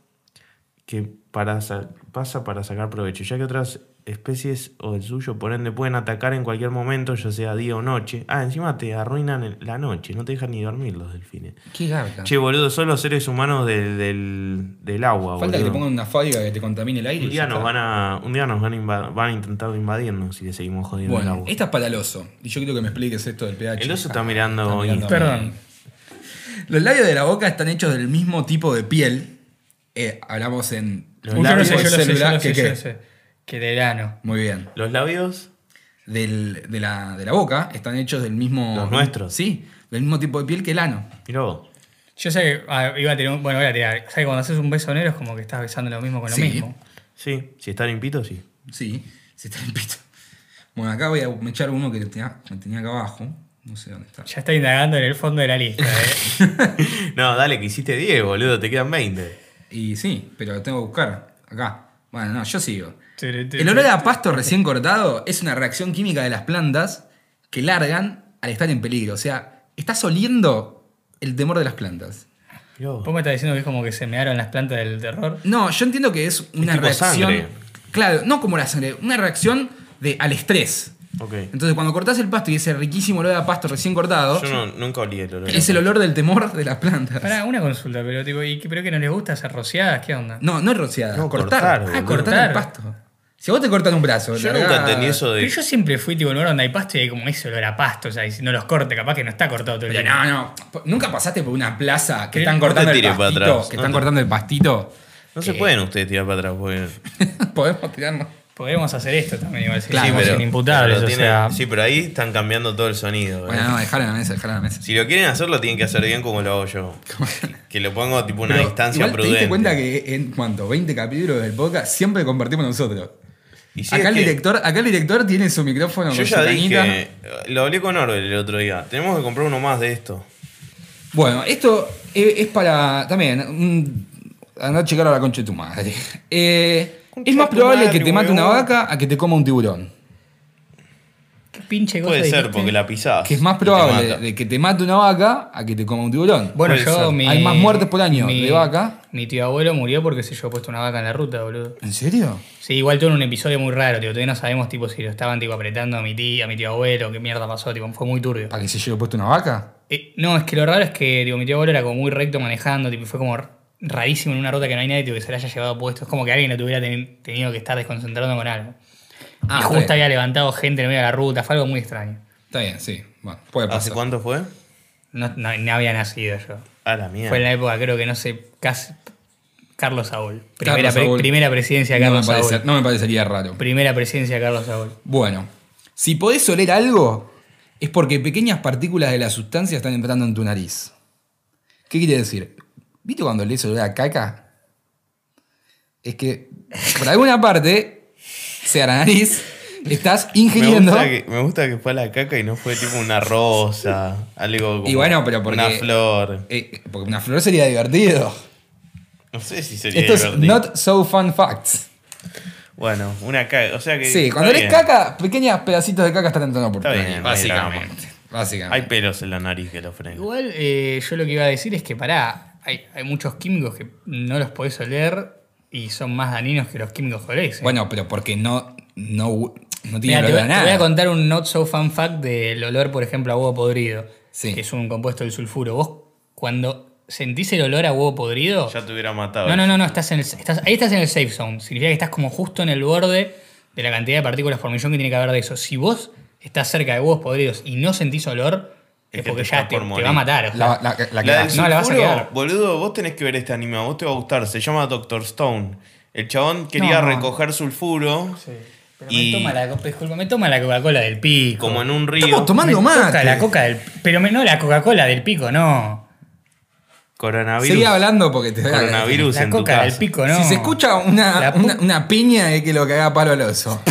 Speaker 3: que para sa- pasa para sacar provecho, ya que otras especies o el suyo, por ende, pueden atacar en cualquier momento, ya sea día o noche. Ah, encima te arruinan el- la noche, no te dejan ni dormir los delfines.
Speaker 2: Qué garca.
Speaker 3: Che, boludo, son los seres humanos del, del, del agua,
Speaker 2: Falta que te
Speaker 3: boludo.
Speaker 2: pongan una faiga que te contamine el aire. y
Speaker 3: Un día
Speaker 2: ya
Speaker 3: nos
Speaker 2: está.
Speaker 3: van a, un día nos van a, inva- van a intentar invadirnos si le seguimos jodiendo el
Speaker 2: Bueno,
Speaker 3: agua.
Speaker 2: esta es para el oso. Y yo quiero que me expliques esto del pH.
Speaker 3: El oso está
Speaker 2: Ah,
Speaker 3: mirando
Speaker 2: mirando
Speaker 3: Instagram.
Speaker 2: a mí. Los labios de la boca están hechos del mismo tipo de piel. Eh, hablamos en
Speaker 3: Los
Speaker 1: Uy, yo lo
Speaker 3: labios
Speaker 1: sé, yo lo sé, yo
Speaker 2: celular
Speaker 1: lo sé,
Speaker 2: que-
Speaker 1: yo
Speaker 2: que-
Speaker 1: lo sé. Que de verano.
Speaker 2: Muy bien.
Speaker 3: Los labios,
Speaker 2: Del- de, la, de la boca están hechos del mismo.
Speaker 3: Los nuestros.
Speaker 2: Sí, del mismo tipo de piel que el ano.
Speaker 3: mirá vos.
Speaker 1: Yo sé que ah, iba a tener un. Bueno, voy a tirar. ¿Sabes que cuando haces un beso negro es como que estás besando lo mismo con lo
Speaker 2: Sí.
Speaker 1: mismo?
Speaker 3: Sí, si está limpito, sí.
Speaker 2: Sí, se está limpito. Bueno, acá voy a me echar uno que tenía, que tenía acá abajo. No sé dónde está.
Speaker 1: Ya está indagando en el fondo de la lista, eh.
Speaker 3: No, dale, que hiciste 10, boludo, te quedan 20.
Speaker 2: Y sí, pero lo tengo que buscar. Acá. Bueno, no, yo sigo.
Speaker 1: Turu, turu.
Speaker 2: El olor a pasto recién cortado es una reacción química de las plantas que largan al estar en peligro. O sea, estás oliendo el temor de las plantas.
Speaker 3: Mirá vos.
Speaker 1: Vos me estás diciendo que es como que se mearon las plantas del terror.
Speaker 2: No, yo entiendo que es una
Speaker 3: tipo
Speaker 2: reacción.
Speaker 3: sangre.
Speaker 2: Claro, no como la sangre, una reacción de, al estrés.
Speaker 3: Ok.
Speaker 2: Entonces, cuando cortás el pasto y ese riquísimo olor a pasto recién cortado,
Speaker 3: Yo no- nunca olí el olor.
Speaker 2: es el olor del temor de las plantas.
Speaker 1: Pará, una consulta, pero tipo, ¿y qué- pero que no les gusta hacer rociadas? ¿Qué onda?
Speaker 2: No, no es rociada.
Speaker 3: No,
Speaker 2: cortar.
Speaker 3: cortar,
Speaker 2: ah,
Speaker 3: boludo.
Speaker 2: cortar el pasto. Si a vos te cortan un brazo,
Speaker 3: Yo
Speaker 2: largá-
Speaker 3: nunca entendí eso de.
Speaker 1: Pero yo siempre fui tipo el lugar donde hay pasto y hay como ese olor a pasto, o sea, y si no los corte, capaz que no está cortado todo el
Speaker 2: Pero
Speaker 1: tiempo.
Speaker 2: no, no. Nunca pasaste por una plaza que
Speaker 1: No
Speaker 2: están
Speaker 1: te
Speaker 2: cortando el
Speaker 3: tires para
Speaker 2: pastito.
Speaker 3: atrás.
Speaker 2: Que
Speaker 3: No
Speaker 2: están
Speaker 3: te-
Speaker 2: cortando el pastito.
Speaker 3: No se pueden ustedes tirar para atrás, porque.
Speaker 2: Podemos tirarnos.
Speaker 1: Podemos hacer esto también, igual. Si
Speaker 2: Claro,
Speaker 1: seguimos sin imputables,
Speaker 3: pero
Speaker 1: o
Speaker 3: tiene-
Speaker 1: sea.
Speaker 3: Sí, pero ahí están cambiando todo el sonido. ¿eh?
Speaker 2: Bueno, no, dejar en la mesa, dejar en la mesa.
Speaker 3: Si lo quieren hacer, lo tienen que hacer bien como lo hago yo. que lo pongo tipo una
Speaker 2: Pero
Speaker 3: distancia
Speaker 2: igual
Speaker 3: prudente.
Speaker 2: te diste cuenta que en cuanto 20 capítulos del podcast siempre compartimos nosotros.
Speaker 3: Y sí,
Speaker 2: acá,
Speaker 3: es
Speaker 2: el
Speaker 3: que
Speaker 2: director, acá el director tiene su micrófono
Speaker 3: Yo
Speaker 2: con
Speaker 3: ya
Speaker 2: su cañita.
Speaker 3: dije, lo hablé con Orwell el otro día. Tenemos que comprar uno más de esto.
Speaker 2: Bueno, esto es, es para. También. mm, andá a checar a la concha de tu madre. Eh,
Speaker 3: Concha
Speaker 2: es más
Speaker 3: de tu
Speaker 2: probable
Speaker 3: madre,
Speaker 2: que te mate una
Speaker 3: huevón.
Speaker 2: vaca a que te coma un tiburón.
Speaker 1: ¿Qué pinche cosa
Speaker 3: Puede ser,
Speaker 1: dijiste?
Speaker 3: porque la pisás.
Speaker 2: Que es más
Speaker 3: Ah, y te
Speaker 2: probable
Speaker 3: mata.
Speaker 2: de que te mate una vaca a que te coma un tiburón.
Speaker 1: Bueno,
Speaker 3: Puede
Speaker 1: yo,
Speaker 3: ser.
Speaker 1: mi-
Speaker 2: Hay más muertes por año de vaca.
Speaker 1: Mi tío abuelo murió porque se yo puesto una vaca en la ruta, boludo.
Speaker 2: ¿En serio?
Speaker 1: Sí, igual tuvo un episodio muy raro, tío. Todavía no sabemos tipo si lo estaban tipo apretando a mi tía, a mi tío abuelo, qué mierda pasó, tipo, fue muy turbio.
Speaker 2: ¿Para que se lleve puesto una vaca?
Speaker 1: Eh, no, es que lo raro es que digo, mi tío abuelo era como muy recto manejando, tipo, fue como rarísimo en una ruta que no hay nadie tipo, que se le haya llevado puesto. Es como que alguien lo tuviera teni- tenido que estar desconcentrando con algo.
Speaker 2: Ah,
Speaker 1: y
Speaker 2: está
Speaker 1: justo
Speaker 2: bien.
Speaker 1: había levantado gente en medio de la ruta, fue algo muy extraño.
Speaker 2: Está bien, sí. Bueno, puede
Speaker 3: ¿Hace
Speaker 2: pasar.
Speaker 3: cuánto fue?
Speaker 1: No, no- no había nacido yo.
Speaker 3: A la mierda.
Speaker 1: Fue en la época, creo que no sé, casi. Carlos Saúl. Primera,
Speaker 2: Carlos
Speaker 1: pre-
Speaker 2: Saúl.
Speaker 1: primera presidencia de
Speaker 2: No me,
Speaker 1: Carlos
Speaker 2: parece-
Speaker 1: Saúl.
Speaker 2: no me parecería raro.
Speaker 1: Primera presidencia de Carlos Saúl.
Speaker 2: Bueno, si podés oler algo, es porque pequeñas partículas de la sustancia están entrando en tu nariz. ¿Qué quiere decir? ¿Viste cuando lees olor a caca? Es que por alguna parte, sea la nariz, estás
Speaker 3: me,
Speaker 2: ingiriendo.
Speaker 3: gusta que, me gusta que fue a la caca y no fue tipo una rosa, algo como
Speaker 2: Y bueno, pero porque-
Speaker 3: una flor.
Speaker 2: Eh, porque una flor sería divertido.
Speaker 3: No sé si sería
Speaker 2: Esto es
Speaker 3: divertido.
Speaker 2: not so fun facts.
Speaker 3: Bueno, una caca, o sea que
Speaker 2: Sí,
Speaker 3: está
Speaker 2: cuando lees
Speaker 3: bien.
Speaker 2: caca, pequeños pedacitos de caca están entrando por tu
Speaker 3: Está
Speaker 2: nariz.
Speaker 3: bien, básicamente. Hay
Speaker 2: Básicamente.
Speaker 3: pelos en la nariz que lo frenan.
Speaker 1: Igual eh, yo lo que iba a decir es que pará, hay, hay muchos químicos que no los podés oler y son más dañinos que los químicos que olés. eh.
Speaker 2: Bueno, pero porque no, no, no tiene
Speaker 1: Mirá, te,
Speaker 2: olor
Speaker 1: voy,
Speaker 2: a
Speaker 1: te
Speaker 2: nada.
Speaker 1: voy a contar un not so fun fact del olor, por ejemplo, a huevo podrido,
Speaker 2: Sí.
Speaker 1: que es un compuesto del sulfuro. Vos cuando sentís el olor a huevo podrido,
Speaker 3: Ya te hubiera matado.
Speaker 1: no, no, no, no, estás en el, estás, ahí estás en el safe zone. Significa que estás como justo en el borde de la cantidad de partículas por millón que tiene que haber de eso. Si vos estás cerca de huevos podridos y no sentís olor,
Speaker 3: Es
Speaker 1: es,
Speaker 3: que
Speaker 1: porque
Speaker 3: te
Speaker 1: ya
Speaker 3: estás
Speaker 1: te,
Speaker 3: por
Speaker 1: te
Speaker 3: morir.
Speaker 1: va a matar. o sea.
Speaker 2: La, la, la,
Speaker 3: La
Speaker 2: la-
Speaker 3: del
Speaker 1: No, la vas a
Speaker 3: sulfuro,
Speaker 1: quedar.
Speaker 3: boludo, vos tenés que ver este anime, a vos te va a gustar. Se llama Doctor Stone. El chabón quería
Speaker 1: No.
Speaker 3: recoger sulfuro
Speaker 1: Pero
Speaker 3: y
Speaker 1: me toma la, co- disculpa, me toma la Coca-Cola del pico.
Speaker 3: como en un río.
Speaker 2: Estamos tomando
Speaker 1: me toca
Speaker 2: mate.
Speaker 1: la coca del, pero me- no la Coca-Cola del pico, no.
Speaker 3: Coronavirus.
Speaker 2: Seguí hablando porque te
Speaker 3: Coronavirus. Puse
Speaker 1: La
Speaker 3: en tu
Speaker 1: coca del
Speaker 3: casa.
Speaker 1: pico, no.
Speaker 2: Si se escucha una,
Speaker 1: La pu-
Speaker 2: una, una piña es que lo que haga palo al oso.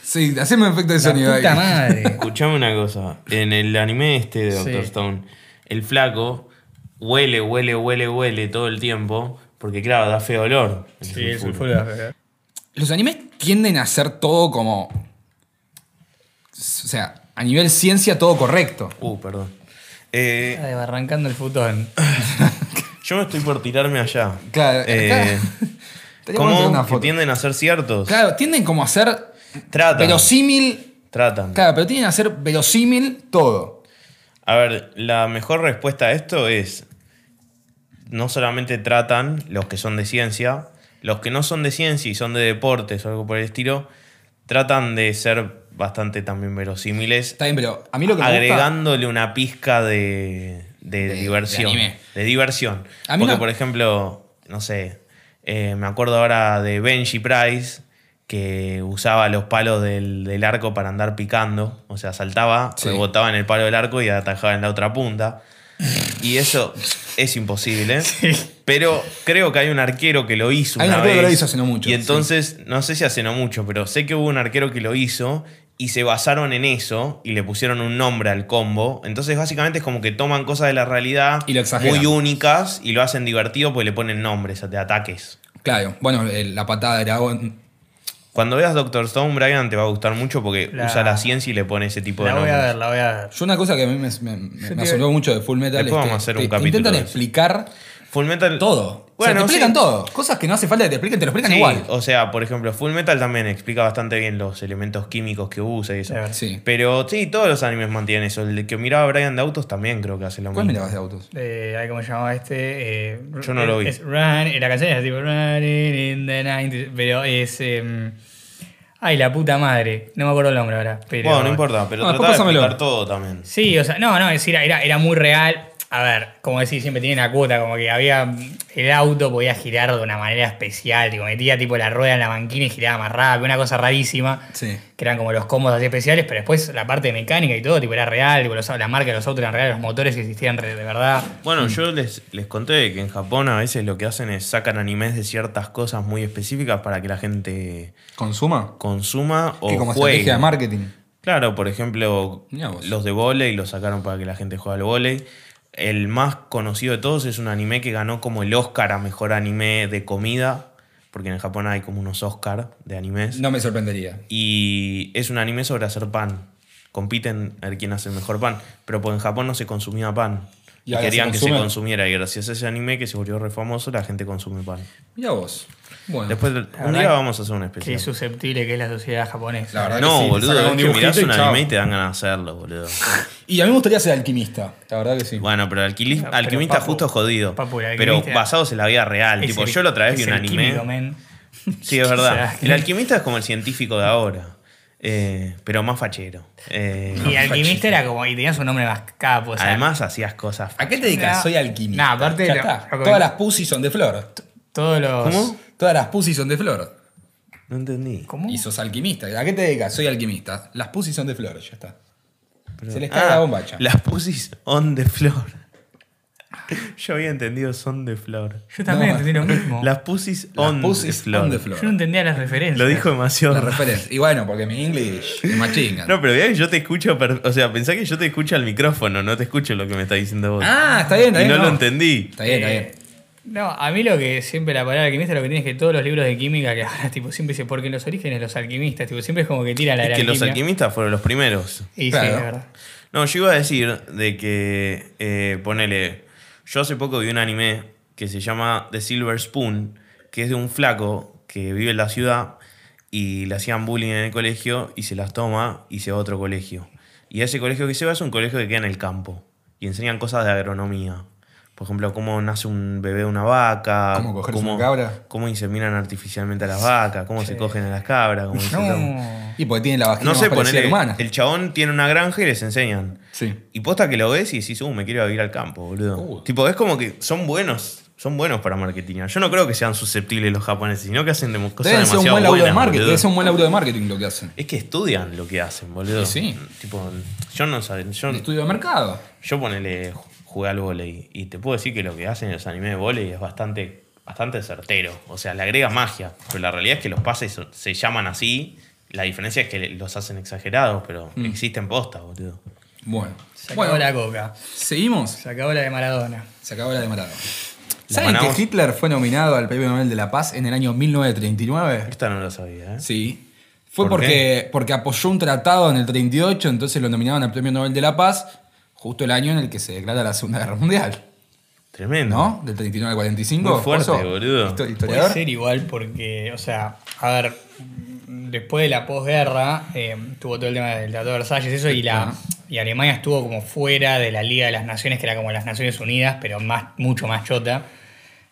Speaker 2: Sí, haceme un efecto de
Speaker 1: la
Speaker 2: sonido ahí.
Speaker 1: puta madre.
Speaker 3: Escuchame una cosa. En el anime este de Doctor
Speaker 1: Sí.
Speaker 3: Stone, el flaco huele, huele, huele, huele todo el tiempo. Porque, claro, da feo olor. el
Speaker 1: sí, el
Speaker 3: sulfuro.
Speaker 1: sulfuro.
Speaker 2: Los animes tienden a hacer todo como. O sea, a nivel ciencia todo correcto.
Speaker 3: Uh, perdón. Eh,
Speaker 1: Ay, Barrancando el futón.
Speaker 3: yo me estoy por tirarme allá.
Speaker 2: Claro, acá-
Speaker 3: Eh,
Speaker 2: Estaría bueno hacer
Speaker 3: ¿Cómo
Speaker 2: una
Speaker 3: que
Speaker 2: foto.
Speaker 3: tienden a ser ciertos?
Speaker 2: Claro, tienden como a ser
Speaker 3: Tratan.
Speaker 2: verosímil.
Speaker 3: Tratan.
Speaker 2: Claro, pero tienden a ser verosímil todo.
Speaker 3: A ver, la mejor respuesta a esto es, no solamente tratan los que son de ciencia, los que no son de ciencia y son de deportes o algo por el estilo, tratan de ser bastante también verosímiles,
Speaker 2: Está bien, pero a mí lo que me gusta-
Speaker 3: agregándole una pizca de, de
Speaker 2: De-
Speaker 3: diversión.
Speaker 2: de anime.
Speaker 3: de diversión.
Speaker 2: A mí
Speaker 3: Porque,
Speaker 2: no-
Speaker 3: por ejemplo, no sé, eh, me acuerdo ahora de Benji Price, que usaba los palos del, del arco para andar picando. O sea, saltaba,
Speaker 2: Sí.
Speaker 3: rebotaba en el palo del arco y atajaba en la otra punta. Y eso es imposible. Pero creo que hay un arquero que lo hizo.
Speaker 2: Hay un
Speaker 3: una
Speaker 2: arquero que
Speaker 3: vez.
Speaker 2: lo hizo hace no mucho,
Speaker 3: Y
Speaker 2: sí.
Speaker 3: entonces, no sé si hace no mucho, pero sé que hubo un arquero que lo hizo y se basaron en eso y le pusieron un nombre al combo. Entonces, básicamente es como que toman cosas de la realidad
Speaker 2: Y lo exageran.
Speaker 3: muy únicas y lo hacen divertido porque le ponen nombres de ataques.
Speaker 2: Claro, bueno, eh, la patada de dragón.
Speaker 3: Cuando veas Doctor Stone, Brian, te va a gustar mucho porque
Speaker 1: La-
Speaker 3: usa la ciencia y le pone ese tipo de
Speaker 1: La voy
Speaker 3: nombres.
Speaker 1: a ver, la voy a ver.
Speaker 2: Yo una cosa que a mí me, me- me
Speaker 1: Yo te-
Speaker 2: asombró mucho de Full Metal
Speaker 3: Después
Speaker 2: es que
Speaker 3: vamos a hacer
Speaker 2: te-
Speaker 3: un
Speaker 2: te
Speaker 3: capítulo
Speaker 2: intentan
Speaker 3: de eso.
Speaker 2: explicar
Speaker 3: Full Metal.
Speaker 2: todo. Bueno,
Speaker 3: Bueno,
Speaker 2: te explican
Speaker 3: sí.
Speaker 2: todo. Cosas que no hace falta que te expliquen, te lo explican
Speaker 3: Sí,
Speaker 2: igual.
Speaker 3: O sea, por ejemplo, Full Metal también explica bastante bien los elementos químicos que usa y eso.
Speaker 1: Claro.
Speaker 2: Sí.
Speaker 3: Pero sí, todos los animes mantienen eso. El que miraba Brian de autos también creo que hace lo mismo.
Speaker 2: ¿Cuál mirabas de autos?
Speaker 1: Eh, ay, ¿Cómo se llamaba este? Eh,
Speaker 3: Yo no lo vi.
Speaker 1: es Run- eh, la canción es tipo Running in the Night. Pero es. em, ay, la puta madre. No me acuerdo el nombre ahora. Pero,
Speaker 3: Bueno, no importa, pero
Speaker 2: No, después
Speaker 3: trataba de
Speaker 2: pásamelo.
Speaker 3: explicar todo también.
Speaker 1: Sí, o sea, no, no, es decir, era, era muy real. A ver, como decís, siempre tiene una cuota, como que había. El auto podía girar de una manera especial, tipo, metía tipo la rueda en la banquina y giraba más rápido, una cosa rarísima.
Speaker 2: Sí.
Speaker 1: Que eran como los combos así especiales, pero después la parte de mecánica y todo, tipo, era real, tipo, los- la marca de los autos eran reales, los motores que existían re- de verdad.
Speaker 2: Mm.
Speaker 3: Bueno, yo les, les conté que en Japón a veces lo que hacen es sacan animes de ciertas cosas muy específicas para que la gente
Speaker 2: ¿Consuma?
Speaker 3: consuma o
Speaker 2: que como
Speaker 3: juegue.
Speaker 2: estrategia de marketing.
Speaker 3: Claro, por ejemplo,
Speaker 2: Mirá vos.
Speaker 3: los de volei los sacaron para que la gente juegue al volei. El más conocido de todos es un anime que ganó como el Oscar a mejor anime de comida, porque en Japón hay como unos Oscar de animes.
Speaker 2: No me sorprendería.
Speaker 3: Y es un anime sobre hacer pan. Compiten a ver quién hace el mejor pan. Pero pues en Japón no se consumía pan.
Speaker 2: Y
Speaker 3: Y
Speaker 2: ahora se
Speaker 3: querían que se
Speaker 2: consume.
Speaker 3: consumiera. Y gracias a ese anime que se volvió re famoso, la gente consume pan.
Speaker 2: Mira vos. Bueno.
Speaker 3: Después, un
Speaker 1: verdad
Speaker 3: día vamos a hacer una
Speaker 1: Qué
Speaker 3: especial.
Speaker 1: susceptible que es la sociedad japonesa.
Speaker 2: La verdad que
Speaker 3: No,
Speaker 2: sí, te sacan
Speaker 3: boludo,
Speaker 2: un
Speaker 3: es que
Speaker 2: dibujito
Speaker 3: mirás
Speaker 2: y
Speaker 3: un
Speaker 2: chao.
Speaker 3: anime y te dan ganas de hacerlo, boludo.
Speaker 2: Y a mí me gustaría ser alquimista. La verdad que sí.
Speaker 3: Bueno, pero alquili-
Speaker 1: Pero,
Speaker 3: alquimista
Speaker 1: Papu,
Speaker 3: justo jodido.
Speaker 1: Papu, el
Speaker 3: pero
Speaker 1: alquimista-
Speaker 3: basados en la vida real.
Speaker 1: Es
Speaker 3: Tipo,
Speaker 1: el-
Speaker 3: yo lo traes
Speaker 1: es
Speaker 3: vi un
Speaker 1: el
Speaker 3: anime.
Speaker 1: químico, men.
Speaker 3: Sí, es verdad.
Speaker 1: O sea,
Speaker 3: El alquimista es como el científico de ahora. eh, pero más fachero. Eh,
Speaker 1: Y alquimista era como. Y tenías un nombre más capo. o sea,
Speaker 3: Además hacías cosas.
Speaker 2: ¿A qué te dedicas?
Speaker 1: Nah.
Speaker 2: Soy alquimista.
Speaker 1: Nah, aparte
Speaker 2: Ya
Speaker 1: lo-
Speaker 2: está.
Speaker 1: lo que-
Speaker 2: Todas las pussies son de flor.
Speaker 1: Todos los.
Speaker 3: ¿Cómo?
Speaker 2: Todas las pussies son de flor.
Speaker 3: No entendí.
Speaker 1: ¿Cómo?
Speaker 2: Y sos alquimista. ¿A qué te dedicas? Soy alquimista. Las pussies son de flor, ya está. Se les cae
Speaker 3: Ah,
Speaker 2: la bombacha.
Speaker 3: Las pusis on the floor. Yo había entendido son de flor.
Speaker 1: Yo también
Speaker 2: No.
Speaker 1: entendí lo mismo.
Speaker 3: Las pusis
Speaker 2: Las
Speaker 3: on the
Speaker 2: pussies
Speaker 3: floor.
Speaker 2: son de
Speaker 1: Yo no
Speaker 2: flor.
Speaker 1: entendía las referencias.
Speaker 3: Lo dijo demasiado.
Speaker 2: La
Speaker 3: rápido.
Speaker 2: referencia. Y bueno, porque mi English es machinga.
Speaker 3: No, pero mirá que yo te escucho. per- O sea, pensá que yo te escucho al micrófono, no te escucho lo que me está diciendo vos.
Speaker 2: Ah, está bien, está
Speaker 3: y
Speaker 2: bien.
Speaker 3: no, lo entendí.
Speaker 2: Está bien, está
Speaker 1: Eh,
Speaker 2: bien.
Speaker 1: No, a mí lo que siempre la palabra alquimista lo que tienes que todos los libros de química que ahora tipo siempre dice porque en los orígenes los alquimistas, tipo siempre es como que tiran la de
Speaker 3: Es que los
Speaker 1: alquimia.
Speaker 3: alquimistas fueron los primeros.
Speaker 1: Y sí,
Speaker 2: Claro.
Speaker 1: es verdad.
Speaker 3: No, yo iba a decir de que, eh, ponele, yo hace poco vi un anime que se llama The Silver Spoon, que es de un flaco que vive en la ciudad y le hacían bullying en el colegio y se las toma y se va a otro colegio. Y ese colegio que se va es un colegio que queda en el campo y enseñan cosas de agronomía. Por ejemplo, cómo nace un bebé de una vaca,
Speaker 2: ¿Cómo cogerse una cabra?
Speaker 3: cómo inseminan artificialmente a las vacas, cómo se cogen a las cabras. Cómo se toman.
Speaker 1: No.
Speaker 2: Y porque tiene la vagina
Speaker 3: No
Speaker 2: más
Speaker 3: sé,
Speaker 2: parecida a
Speaker 3: ponele,
Speaker 2: la humana.
Speaker 3: el chabón tiene una granja y les enseñan.
Speaker 2: Sí.
Speaker 3: Y posta que lo ves y decís, uh, me quiero ir al campo, boludo.
Speaker 2: Uh.
Speaker 3: Tipo, es como que son buenos, son buenos para marketing. Yo no creo que sean susceptibles los japoneses, sino que hacen demo- cosas
Speaker 2: Deben ser un
Speaker 3: demasiado
Speaker 2: buen laburo de
Speaker 3: buenas,
Speaker 2: marketing.
Speaker 3: boludo.
Speaker 2: Debe ser un buen laburo de marketing lo que hacen.
Speaker 3: Es que estudian lo que hacen, boludo.
Speaker 2: Y sí.
Speaker 3: Tipo, yo no sabía, yo,
Speaker 2: El estudio de mercado.
Speaker 3: yo ponele, ju- jugué al volei y te puedo decir que lo que hacen en los animes de volei es bastante, bastante certero. O sea, le agrega magia, pero la realidad es que los pases son- se llaman así. La diferencia es que le- los hacen exagerados, pero
Speaker 2: Mm.
Speaker 3: existen postas, boludo.
Speaker 2: Bueno.
Speaker 1: Se acabó
Speaker 2: Bueno,
Speaker 1: la coca.
Speaker 2: seguimos.
Speaker 1: Se acabó la de Maradona.
Speaker 2: Se acabó la de Maradona. ¿Saben
Speaker 3: manamos?
Speaker 2: que Hitler fue nominado al Premio Nobel de la Paz en el año 1939?
Speaker 3: Esta no lo sabía, ¿eh?
Speaker 2: Sí. Fue
Speaker 3: ¿Por
Speaker 2: porque, porque apoyó un tratado en el 38, entonces lo nominaron al Premio Nobel de la Paz, justo el año en el que se declara la Segunda Guerra Mundial,
Speaker 3: Tremendo.
Speaker 2: ¿no? Del 39 al 45.
Speaker 3: Mm. Muy fuerte,
Speaker 2: Por eso,
Speaker 3: boludo. Pues
Speaker 2: histo-
Speaker 1: Puede
Speaker 2: historiador.
Speaker 1: ser igual porque, o sea, a ver, después de la posguerra eh, tuvo todo el tema del Tratado de Versalles, eso, y la y Alemania estuvo como fuera de la Liga de las Naciones, que era como las Naciones Unidas, pero más mucho más chota.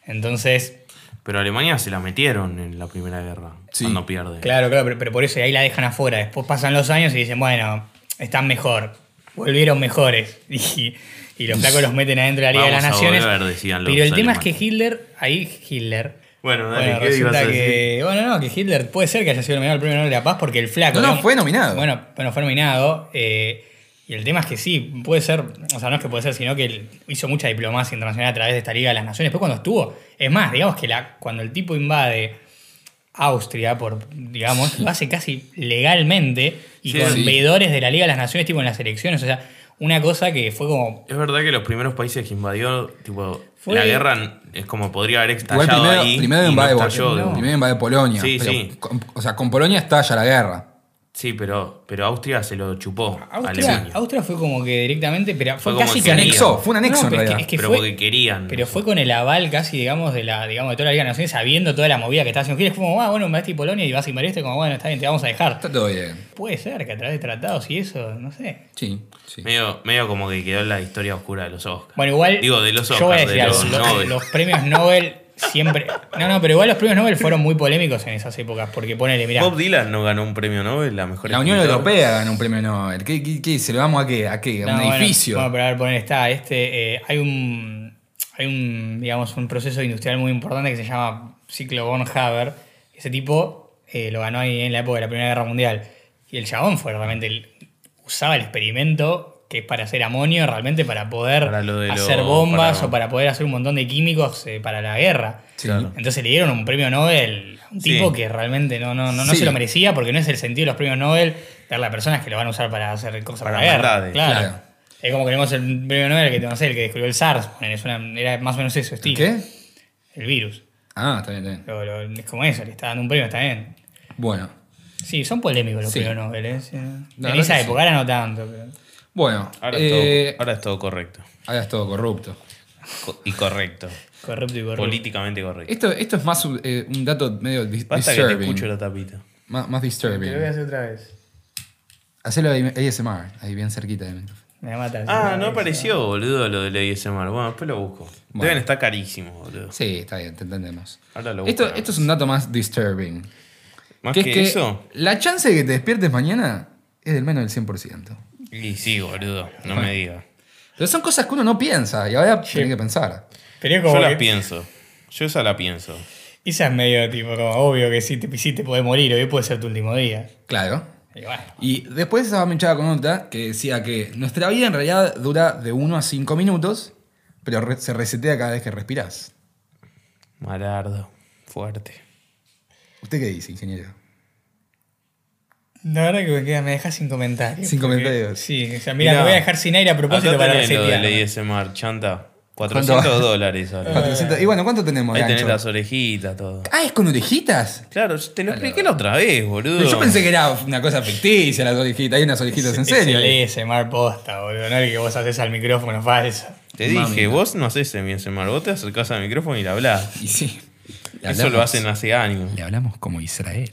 Speaker 1: Entonces,
Speaker 3: Pero a Alemania se la metieron en la Primera Guerra,
Speaker 2: Sí.
Speaker 3: cuando pierde.
Speaker 1: claro, claro, pero, pero por eso y ahí la dejan afuera. Después pasan los años y dicen, bueno, están mejor, volvieron mejores. Y, y los flacos los meten adentro de la Liga de las
Speaker 3: Vamos a
Speaker 1: Naciones.
Speaker 3: volver, decían los
Speaker 1: pero el tema es que
Speaker 3: alemanes.
Speaker 1: Hitler, ahí Hitler
Speaker 3: Bueno, dale,
Speaker 1: Bueno,
Speaker 3: ¿qué ibas a
Speaker 1: resulta
Speaker 3: decir?
Speaker 1: que. Bueno, no, que Hitler puede ser que haya sido nominado al premio Nobel de la Paz porque el flaco.
Speaker 2: No, no,
Speaker 1: digamos-
Speaker 2: fue nominado.
Speaker 1: Bueno, bueno, fue nominado. eh, y el tema es que sí, puede ser. O sea, no es que puede ser, sino que él hizo mucha diplomacia internacional a través de esta Liga de las Naciones. Después, cuando estuvo. Es más, digamos que la, cuando el tipo invade Austria, por, digamos, lo hace casi legalmente y
Speaker 3: Sí,
Speaker 1: con
Speaker 2: sí.
Speaker 1: veedores de la Liga de las Naciones, tipo en las elecciones. O sea, una cosa que fue como.
Speaker 3: Es verdad que los primeros países que invadió, tipo,
Speaker 1: Fue-
Speaker 3: la guerra n- es como podría haber
Speaker 2: Igual
Speaker 3: estallado
Speaker 2: primero,
Speaker 3: ahí.
Speaker 2: primero
Speaker 3: y no
Speaker 2: invade, Bol-
Speaker 3: estalló, digo.
Speaker 2: primero invade Polonia.
Speaker 3: Sí,
Speaker 2: pero
Speaker 3: sí.
Speaker 2: con- o sea, con Polonia estalla la guerra.
Speaker 3: Sí, pero, pero Austria se lo chupó a
Speaker 1: Austria,
Speaker 3: Alemania.
Speaker 1: Austria fue como que directamente. Pero fue,
Speaker 3: Fue como
Speaker 1: casi
Speaker 3: el
Speaker 1: que
Speaker 3: anexo.
Speaker 2: Anexó, fue un anexo
Speaker 1: No,
Speaker 2: en
Speaker 1: pero es que-
Speaker 2: realidad.
Speaker 1: es que
Speaker 3: pero
Speaker 1: fue-
Speaker 3: porque querían.
Speaker 1: Pero fue con el aval casi, digamos, de la, digamos, de toda la Liga de Naciones, sabiendo toda la movida que está haciendo Hitler, fue como, ah, bueno, me y Polonia y vas a invadir esto, como, bueno, está bien, te vamos a dejar.
Speaker 2: Está todo bien.
Speaker 1: Puede ser que a través de tratados y eso, no sé.
Speaker 2: Sí, sí.
Speaker 3: Medio, medio como que quedó en la historia oscura de los Oscars.
Speaker 1: Bueno, igual.
Speaker 3: Digo, de los
Speaker 1: yo voy a
Speaker 3: Oscars,
Speaker 1: decir
Speaker 3: de
Speaker 1: algo,
Speaker 3: los
Speaker 1: lo-
Speaker 3: Nobel.
Speaker 1: los premios Nobel siempre. No, no, pero igual los premios Nobel fueron muy polémicos en esas épocas, porque ponele, mirá.
Speaker 3: Bob Dylan no ganó un premio Nobel, la mejor
Speaker 2: La Unión
Speaker 3: escritora.
Speaker 2: Europea ganó un premio Nobel. ¿Qué, qué, qué? se lo damos a qué? ¿A qué? ¿A
Speaker 1: No,
Speaker 2: un
Speaker 1: bueno,
Speaker 2: edificio?
Speaker 1: Bueno, pero a ver, poner está. Este, eh, hay un. Hay un, digamos, un proceso industrial muy importante que se llama ciclo von Haber. Ese tipo eh, lo ganó ahí en la época de la Primera Guerra Mundial. Y el chabón fue realmente. el- usaba el experimento que es para hacer amonio, realmente para poder
Speaker 3: Para lo de
Speaker 1: hacer
Speaker 3: lo-
Speaker 1: bombas
Speaker 3: para-
Speaker 1: o para poder hacer un montón de químicos eh, para la guerra.
Speaker 2: Sí.
Speaker 3: Claro.
Speaker 1: Entonces le dieron un premio Nobel a un
Speaker 3: Sí.
Speaker 1: tipo que realmente no, no, no, no
Speaker 2: Sí.
Speaker 1: se lo merecía porque no es el sentido de los premios Nobel darle a personas que lo van a usar para hacer cosas
Speaker 3: Para
Speaker 1: para, la guerra.
Speaker 3: maldades,
Speaker 1: Claro.
Speaker 2: claro.
Speaker 1: Es como queremos el premio Nobel que no sé, el que descubrió el SARS. ponele, es una- era más o menos eso, estilo.
Speaker 2: ¿Qué?
Speaker 1: El virus.
Speaker 2: Ah, está bien, está bien.
Speaker 1: Lo- lo- es como eso, le está dando un premio, está bien.
Speaker 2: Bueno.
Speaker 1: Sí, son polémicos los
Speaker 2: Sí.
Speaker 1: premios Nobel. ¿eh? Sí.
Speaker 2: verdad
Speaker 1: en esa
Speaker 2: que sí.
Speaker 1: época ahora no tanto. pero-
Speaker 2: Bueno.
Speaker 3: Ahora, es
Speaker 2: eh,
Speaker 3: todo, ahora es todo correcto.
Speaker 2: ahora es todo corrupto.
Speaker 3: Co- y correcto.
Speaker 1: Corrupto y corrupto.
Speaker 3: Políticamente correcto.
Speaker 2: Esto, esto es más un- eh, un dato medio dis-
Speaker 3: Basta que te
Speaker 2: disturbing.
Speaker 3: escucho la tapita.
Speaker 2: Más, más disturbing.
Speaker 1: hacer otra vez.
Speaker 2: Hacelo ahí- ASMR, ahí bien cerquita del micrófono.
Speaker 1: Me mata.
Speaker 3: Ah, no apareció, boludo, lo de la ISMR. Bueno, después lo busco. Deben estar carísimos, boludo.
Speaker 2: Sí, está bien, te entendemos.
Speaker 3: Ahora lo
Speaker 2: Esto,
Speaker 3: busco.
Speaker 2: esto es un dato más disturbing.
Speaker 3: Más
Speaker 2: que
Speaker 3: que,
Speaker 2: es que
Speaker 3: eso.
Speaker 2: la chance de que te despiertes mañana es del menos del 100%.
Speaker 3: Y sí, boludo, no me digas.
Speaker 2: Pero son cosas que uno no piensa y ahora tiene que pensar.
Speaker 1: Pero es como
Speaker 3: Yo la
Speaker 1: que-
Speaker 3: pienso. Yo esa la pienso.
Speaker 1: esa es medio tipo, como, obvio que si te, si te podés morir, hoy puede ser tu último día.
Speaker 2: Claro.
Speaker 1: Y bueno.
Speaker 2: Y después estaba minchada con otra que decía que nuestra vida en realidad dura de 1 a 5 minutos, pero re- se resetea cada vez que respirás.
Speaker 3: Malardo. Fuerte.
Speaker 2: ¿Usted qué dice, ingeniero?
Speaker 1: La verdad que me, queda- me dejas sin comentarios.
Speaker 2: Sin
Speaker 1: porque-
Speaker 2: comentarios.
Speaker 1: Sí, o sea, mira,
Speaker 3: Mirá.
Speaker 1: me voy a dejar sin aire a propósito
Speaker 3: Acá
Speaker 1: para
Speaker 3: tenés lo de
Speaker 1: resetear.
Speaker 3: la ISMR, chanta.
Speaker 2: ¿Cuánto
Speaker 3: 400 dólares ahora.
Speaker 2: 400. Y bueno, ¿cuánto tenemos?
Speaker 3: Ahí
Speaker 2: de
Speaker 3: tenés
Speaker 2: ancho?
Speaker 3: las orejitas, todo.
Speaker 2: Ah, es con orejitas.
Speaker 3: Claro, yo te lo expliqué la otra vez, boludo.
Speaker 2: Pero yo pensé que era una cosa ficticia las orejitas. Hay unas orejitas en serio.
Speaker 1: Es el ASMR eh, posta, boludo. No el que vos haces al micrófono falso.
Speaker 3: Te
Speaker 2: Mami,
Speaker 3: dije,
Speaker 2: no.
Speaker 3: vos no haces el ISMR, vos te acercás al micrófono y le hablás.
Speaker 2: Y sí. Le
Speaker 3: Eso lo
Speaker 2: hablamos-
Speaker 3: hacen hace años.
Speaker 2: Le hablamos como Israel.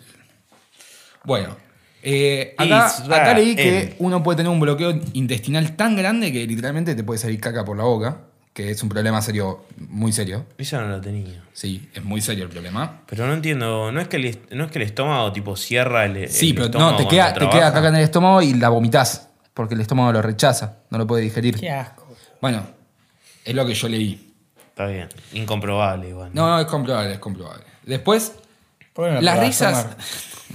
Speaker 2: Bueno. eh, acá,
Speaker 3: Israel.
Speaker 2: acá leí que uno puede tener un bloqueo intestinal tan grande que literalmente te puede salir caca por la boca, que es un problema serio, muy serio.
Speaker 3: Ella no la tenía.
Speaker 2: Sí, es muy serio el problema.
Speaker 3: Pero no entiendo, no es que el, est- no es que el estómago tipo cierra el.
Speaker 2: Sí,
Speaker 3: el
Speaker 2: pero no,
Speaker 3: estómago
Speaker 2: te queda,
Speaker 3: cuando
Speaker 2: te queda
Speaker 3: trabaja?
Speaker 2: caca en el estómago y la vomitas, porque el estómago lo rechaza, no lo puede digerir.
Speaker 1: Qué asco.
Speaker 2: Bueno, es lo que yo leí.
Speaker 3: Está bien, incomprobable igual.
Speaker 2: No, no, es comprobable, es comprobable. Después,
Speaker 1: ¿Por qué no lo
Speaker 2: las
Speaker 1: probás,
Speaker 2: risas.
Speaker 1: Omar?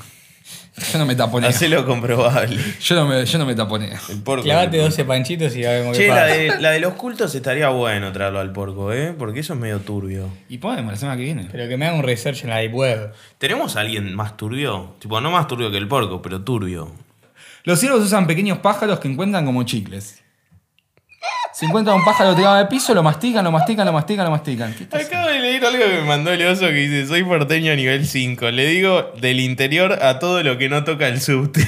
Speaker 2: yo no me taponeo.
Speaker 3: Hacelo comprobable.
Speaker 2: Yo no me, yo no me taponeo.
Speaker 3: El porco.
Speaker 1: Clavate 12 panchitos y ya vemos qué
Speaker 3: Che, la
Speaker 1: pasa.
Speaker 3: de, la de los cultos estaría bueno traerlo al porco, ¿eh? Porque eso es medio turbio.
Speaker 2: Y podemos la semana que viene.
Speaker 1: Pero que me haga un research en la deep web.
Speaker 3: ¿Tenemos a alguien más turbio? Tipo, no más turbio que el porco, pero turbio.
Speaker 2: Los ciervos usan pequeños pájaros que encuentran como chicles. Si encuentran un pájaro tirado al piso, lo mastican, lo mastican, lo mastican, lo mastican. ¿Qué estás-
Speaker 3: Acabo de leer algo que me mandó el oso que dice: Soy porteño nivel 5. Le digo del interior a todo lo que no toca el subte.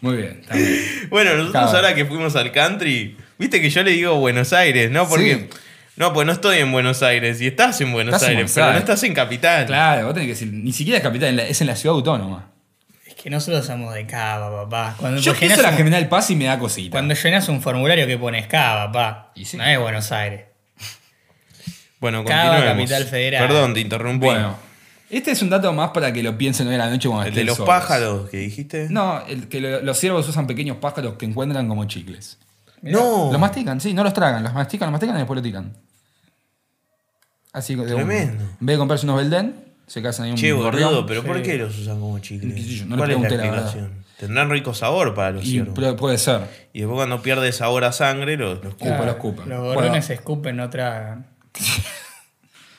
Speaker 2: Muy bien, está bien.
Speaker 3: Bueno, nosotros
Speaker 2: Claro.
Speaker 3: ahora que fuimos al country, viste que yo le digo Buenos Aires, ¿no? Porque.
Speaker 2: Sí.
Speaker 3: No, pues no estoy en Buenos Aires y estás en Buenos
Speaker 2: Estás en
Speaker 3: Aires,
Speaker 2: Buenos
Speaker 3: pero
Speaker 2: Aires.
Speaker 3: no estás en capital.
Speaker 2: Claro, vos tenés que decir, ni siquiera es capital, en la- es en la ciudad autónoma.
Speaker 1: Es que nosotros somos de cava, papá. Cuando,
Speaker 2: Yo
Speaker 1: llenás
Speaker 2: pienso la
Speaker 1: un-
Speaker 2: General Paz y me da cosita.
Speaker 1: cuando llenas un formulario que pones cava, papá.
Speaker 2: Y sí.
Speaker 1: No es Buenos Aires.
Speaker 3: Bueno,
Speaker 1: Cava,
Speaker 3: continuemos.
Speaker 1: capital federal.
Speaker 3: Perdón, te interrumpí.
Speaker 2: Bueno, este es un dato más para que lo piensen hoy a la noche cuando
Speaker 3: el de
Speaker 2: estén
Speaker 3: los
Speaker 2: solos.
Speaker 3: pájaros que dijiste.
Speaker 2: No, el que lo- los ciervos usan pequeños pájaros que encuentran como chicles.
Speaker 3: No.
Speaker 2: Los mastican, sí, no los tragan, los mastican, los mastican y después lo tiran. Así que de una.
Speaker 3: Tremendo.
Speaker 2: En vez de comprarse unos Belden, se casan ahí un
Speaker 3: Che,
Speaker 2: gorrión,
Speaker 3: boludo, pero ¿por qué los usan como
Speaker 2: Qué sé
Speaker 3: chicles?
Speaker 2: yo, no le
Speaker 3: ¿Cuál es la
Speaker 2: pregunté, la verdad.
Speaker 3: explicación? Tendrán rico sabor para los
Speaker 2: y
Speaker 3: ciervos.
Speaker 2: pu- puede ser.
Speaker 3: Y después cuando pierde sabor a sangre, los, los
Speaker 2: Cupa,
Speaker 1: Claro,
Speaker 2: los cupa.
Speaker 1: Los
Speaker 2: Pues Bueno,
Speaker 1: gorrones se escupen, no tragan.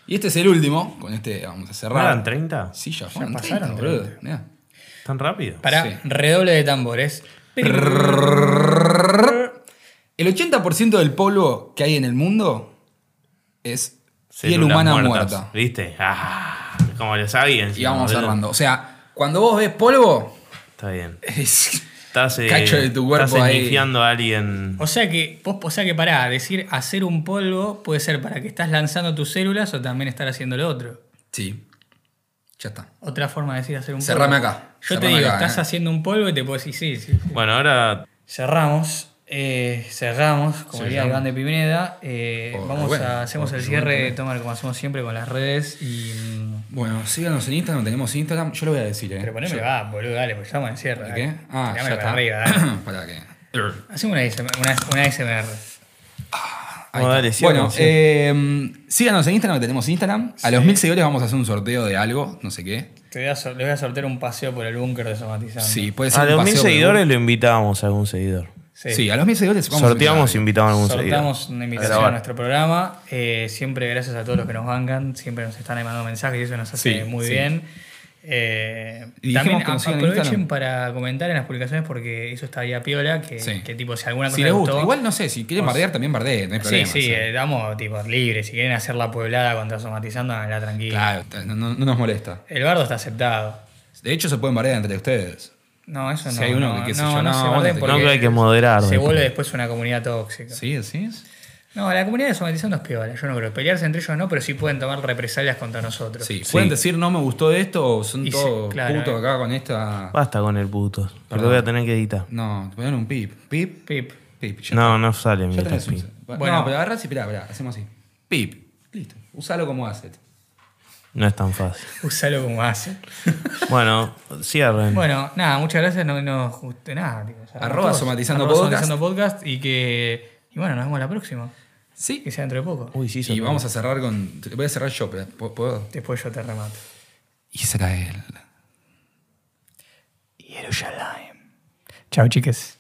Speaker 2: y este es el último. Con este vamos a
Speaker 3: ¿No eran
Speaker 2: cerrar.
Speaker 3: 30?
Speaker 2: Sí, ya fueron
Speaker 1: Ya
Speaker 2: 30,
Speaker 1: pasaron
Speaker 2: boludo. mirá.
Speaker 3: ¿Tan rápido?
Speaker 1: Para
Speaker 2: Sí.
Speaker 1: redoble de tambores.
Speaker 2: El 80% del polvo que hay en el mundo es piel
Speaker 3: Células
Speaker 2: humana
Speaker 3: muertas,
Speaker 2: muerta.
Speaker 3: ¿Viste? Ah, como lo sabían.
Speaker 2: Y vamos cerrando. O sea, cuando vos ves polvo,
Speaker 3: Está bien.
Speaker 2: es
Speaker 3: Estás, eh,
Speaker 2: Cacho de tu cuerpo
Speaker 3: estás
Speaker 2: ahí.
Speaker 3: esnifiando a alguien.
Speaker 1: O sea que, vos, o sea que pará, decir hacer un polvo puede ser para que estás lanzando tus células o también estar haciendo lo otro.
Speaker 2: Sí. Ya está.
Speaker 1: Otra forma de decir hacer un polvo.
Speaker 2: Cerrame acá.
Speaker 1: Yo
Speaker 2: Cerrame
Speaker 1: te digo,
Speaker 2: acá,
Speaker 1: estás
Speaker 2: eh.
Speaker 1: haciendo un polvo y te puedo decir sí, sí. sí.
Speaker 3: Bueno, ahora
Speaker 1: Cerramos. Eh, cerramos, como diría
Speaker 2: Cerramos. Oh,
Speaker 1: Iván de Pineda. Eh,
Speaker 2: Por
Speaker 1: vamos
Speaker 2: Rubén,
Speaker 1: a hacemos
Speaker 2: por
Speaker 1: el
Speaker 2: Rubén
Speaker 1: cierre,
Speaker 2: también.
Speaker 1: tomar como hacemos siempre con las redes y. mm,
Speaker 2: Bueno, síganos en Instagram, tenemos Instagram. Yo lo voy a decir, ¿eh?
Speaker 1: Pero
Speaker 2: Yo-
Speaker 1: ponémelo, va, boludo, dale, porque estamos en el cierre.
Speaker 2: ¿De
Speaker 1: dale.
Speaker 2: qué? Ah,
Speaker 1: Tirámelo para
Speaker 2: ya está.
Speaker 1: arriba, dale.
Speaker 2: Para que.
Speaker 1: Hacemos una, ASMR, una, una ASMR.
Speaker 2: Ahí
Speaker 3: Bueno,
Speaker 2: está.
Speaker 3: dale, síganos,
Speaker 2: bueno,
Speaker 3: sí.
Speaker 2: eh, síganos en Instagram, que tenemos Instagram. A los mil seguidores vamos a hacer un sorteo de algo, no sé qué.
Speaker 1: Te voy a, sol- le voy a sortear un paseo por el búnker de Somatizando.
Speaker 2: Sí, puede ser
Speaker 3: A
Speaker 2: un
Speaker 3: los mil
Speaker 2: paseo por el
Speaker 3: seguidores lo invitábamos a algún seguidor.
Speaker 2: Sí. a los mil seguidores vamos a
Speaker 3: Sorteamos e
Speaker 2: invitar
Speaker 3: invitamos a algún
Speaker 1: Sortamos
Speaker 3: seguidor.
Speaker 1: una invitación a,
Speaker 3: grabar.
Speaker 1: nuestro programa. Eh, siempre gracias a todos los que nos bancan. Siempre nos están ahí mandando mensajes y eso nos hace
Speaker 2: Sí,
Speaker 1: muy
Speaker 2: sí.
Speaker 1: bien. Eh,
Speaker 2: Y dijimos
Speaker 1: también
Speaker 2: que nos
Speaker 1: a-
Speaker 2: sigan en
Speaker 1: aprovechen
Speaker 2: Instagram.
Speaker 1: para comentar en las publicaciones porque eso está ahí a piola. Que,
Speaker 2: Sí.
Speaker 1: que, tipo, si alguna cosa
Speaker 2: Si les
Speaker 1: les
Speaker 2: gusta,
Speaker 1: gustó-
Speaker 2: igual no sé, si quieren bardear también bardeen, no hay
Speaker 1: Sí,
Speaker 2: problema.
Speaker 1: sí, eh, damos tipo libre. Si quieren hacer la pueblada contra somatizando, la tranquila.
Speaker 2: Claro, t- no, no- no nos molesta.
Speaker 1: El bardo está aceptado.
Speaker 2: De hecho, se pueden bardear entre ustedes.
Speaker 1: No, eso no.
Speaker 2: Si hay uno
Speaker 1: no,
Speaker 2: que, qué sé
Speaker 1: no,
Speaker 2: yo,
Speaker 1: no
Speaker 2: no,
Speaker 1: se
Speaker 2: vos
Speaker 1: barden
Speaker 2: te-
Speaker 1: porque
Speaker 3: No, que hay que moderar.
Speaker 1: Se
Speaker 3: me
Speaker 1: vuelve
Speaker 3: parece.
Speaker 1: después una comunidad tóxica.
Speaker 2: Sí, así es.
Speaker 1: No, la comunidad de somatizando es piola, yo no creo. Pelearse entre ellos no, pero sí pueden tomar represalias contra nosotros.
Speaker 2: Sí,
Speaker 3: Sí.
Speaker 2: pueden decir no me gustó de esto o son
Speaker 1: Y sí,
Speaker 2: todos
Speaker 1: claro,
Speaker 2: putos
Speaker 1: eh.
Speaker 2: acá con esta.
Speaker 3: Basta con el puto. Pero lo voy a tener que editar.
Speaker 2: No, te ponen un pip. Pip,
Speaker 1: Pip.
Speaker 2: pip. ya
Speaker 3: No, no sale mi
Speaker 2: Ya tenés
Speaker 3: tapping.
Speaker 2: un-
Speaker 1: Bueno.
Speaker 2: no, pero agarrás y pirá, pirá, hacemos así. Pip. Listo. Usalo como asset.
Speaker 3: No es tan fácil.
Speaker 1: Usalo como hace.
Speaker 3: Bueno, cierren.
Speaker 1: bueno, nada, muchas gracias. No nos guste nada. tipo, ya
Speaker 2: Arroba
Speaker 1: todos.
Speaker 2: somatizando
Speaker 1: Arroba
Speaker 2: podcast.
Speaker 1: somatizando podcast. Y que. Y bueno, nos vemos la próxima.
Speaker 2: Sí.
Speaker 1: Que sea dentro de poco.
Speaker 3: Uy, sí,
Speaker 2: Y
Speaker 3: sonó.
Speaker 2: vamos a cerrar con. Voy a cerrar yo, pero ¿puedo- ¿puedo?
Speaker 1: Después yo te remato.
Speaker 2: Israel.
Speaker 1: Yerushalayim. Chao, chiques.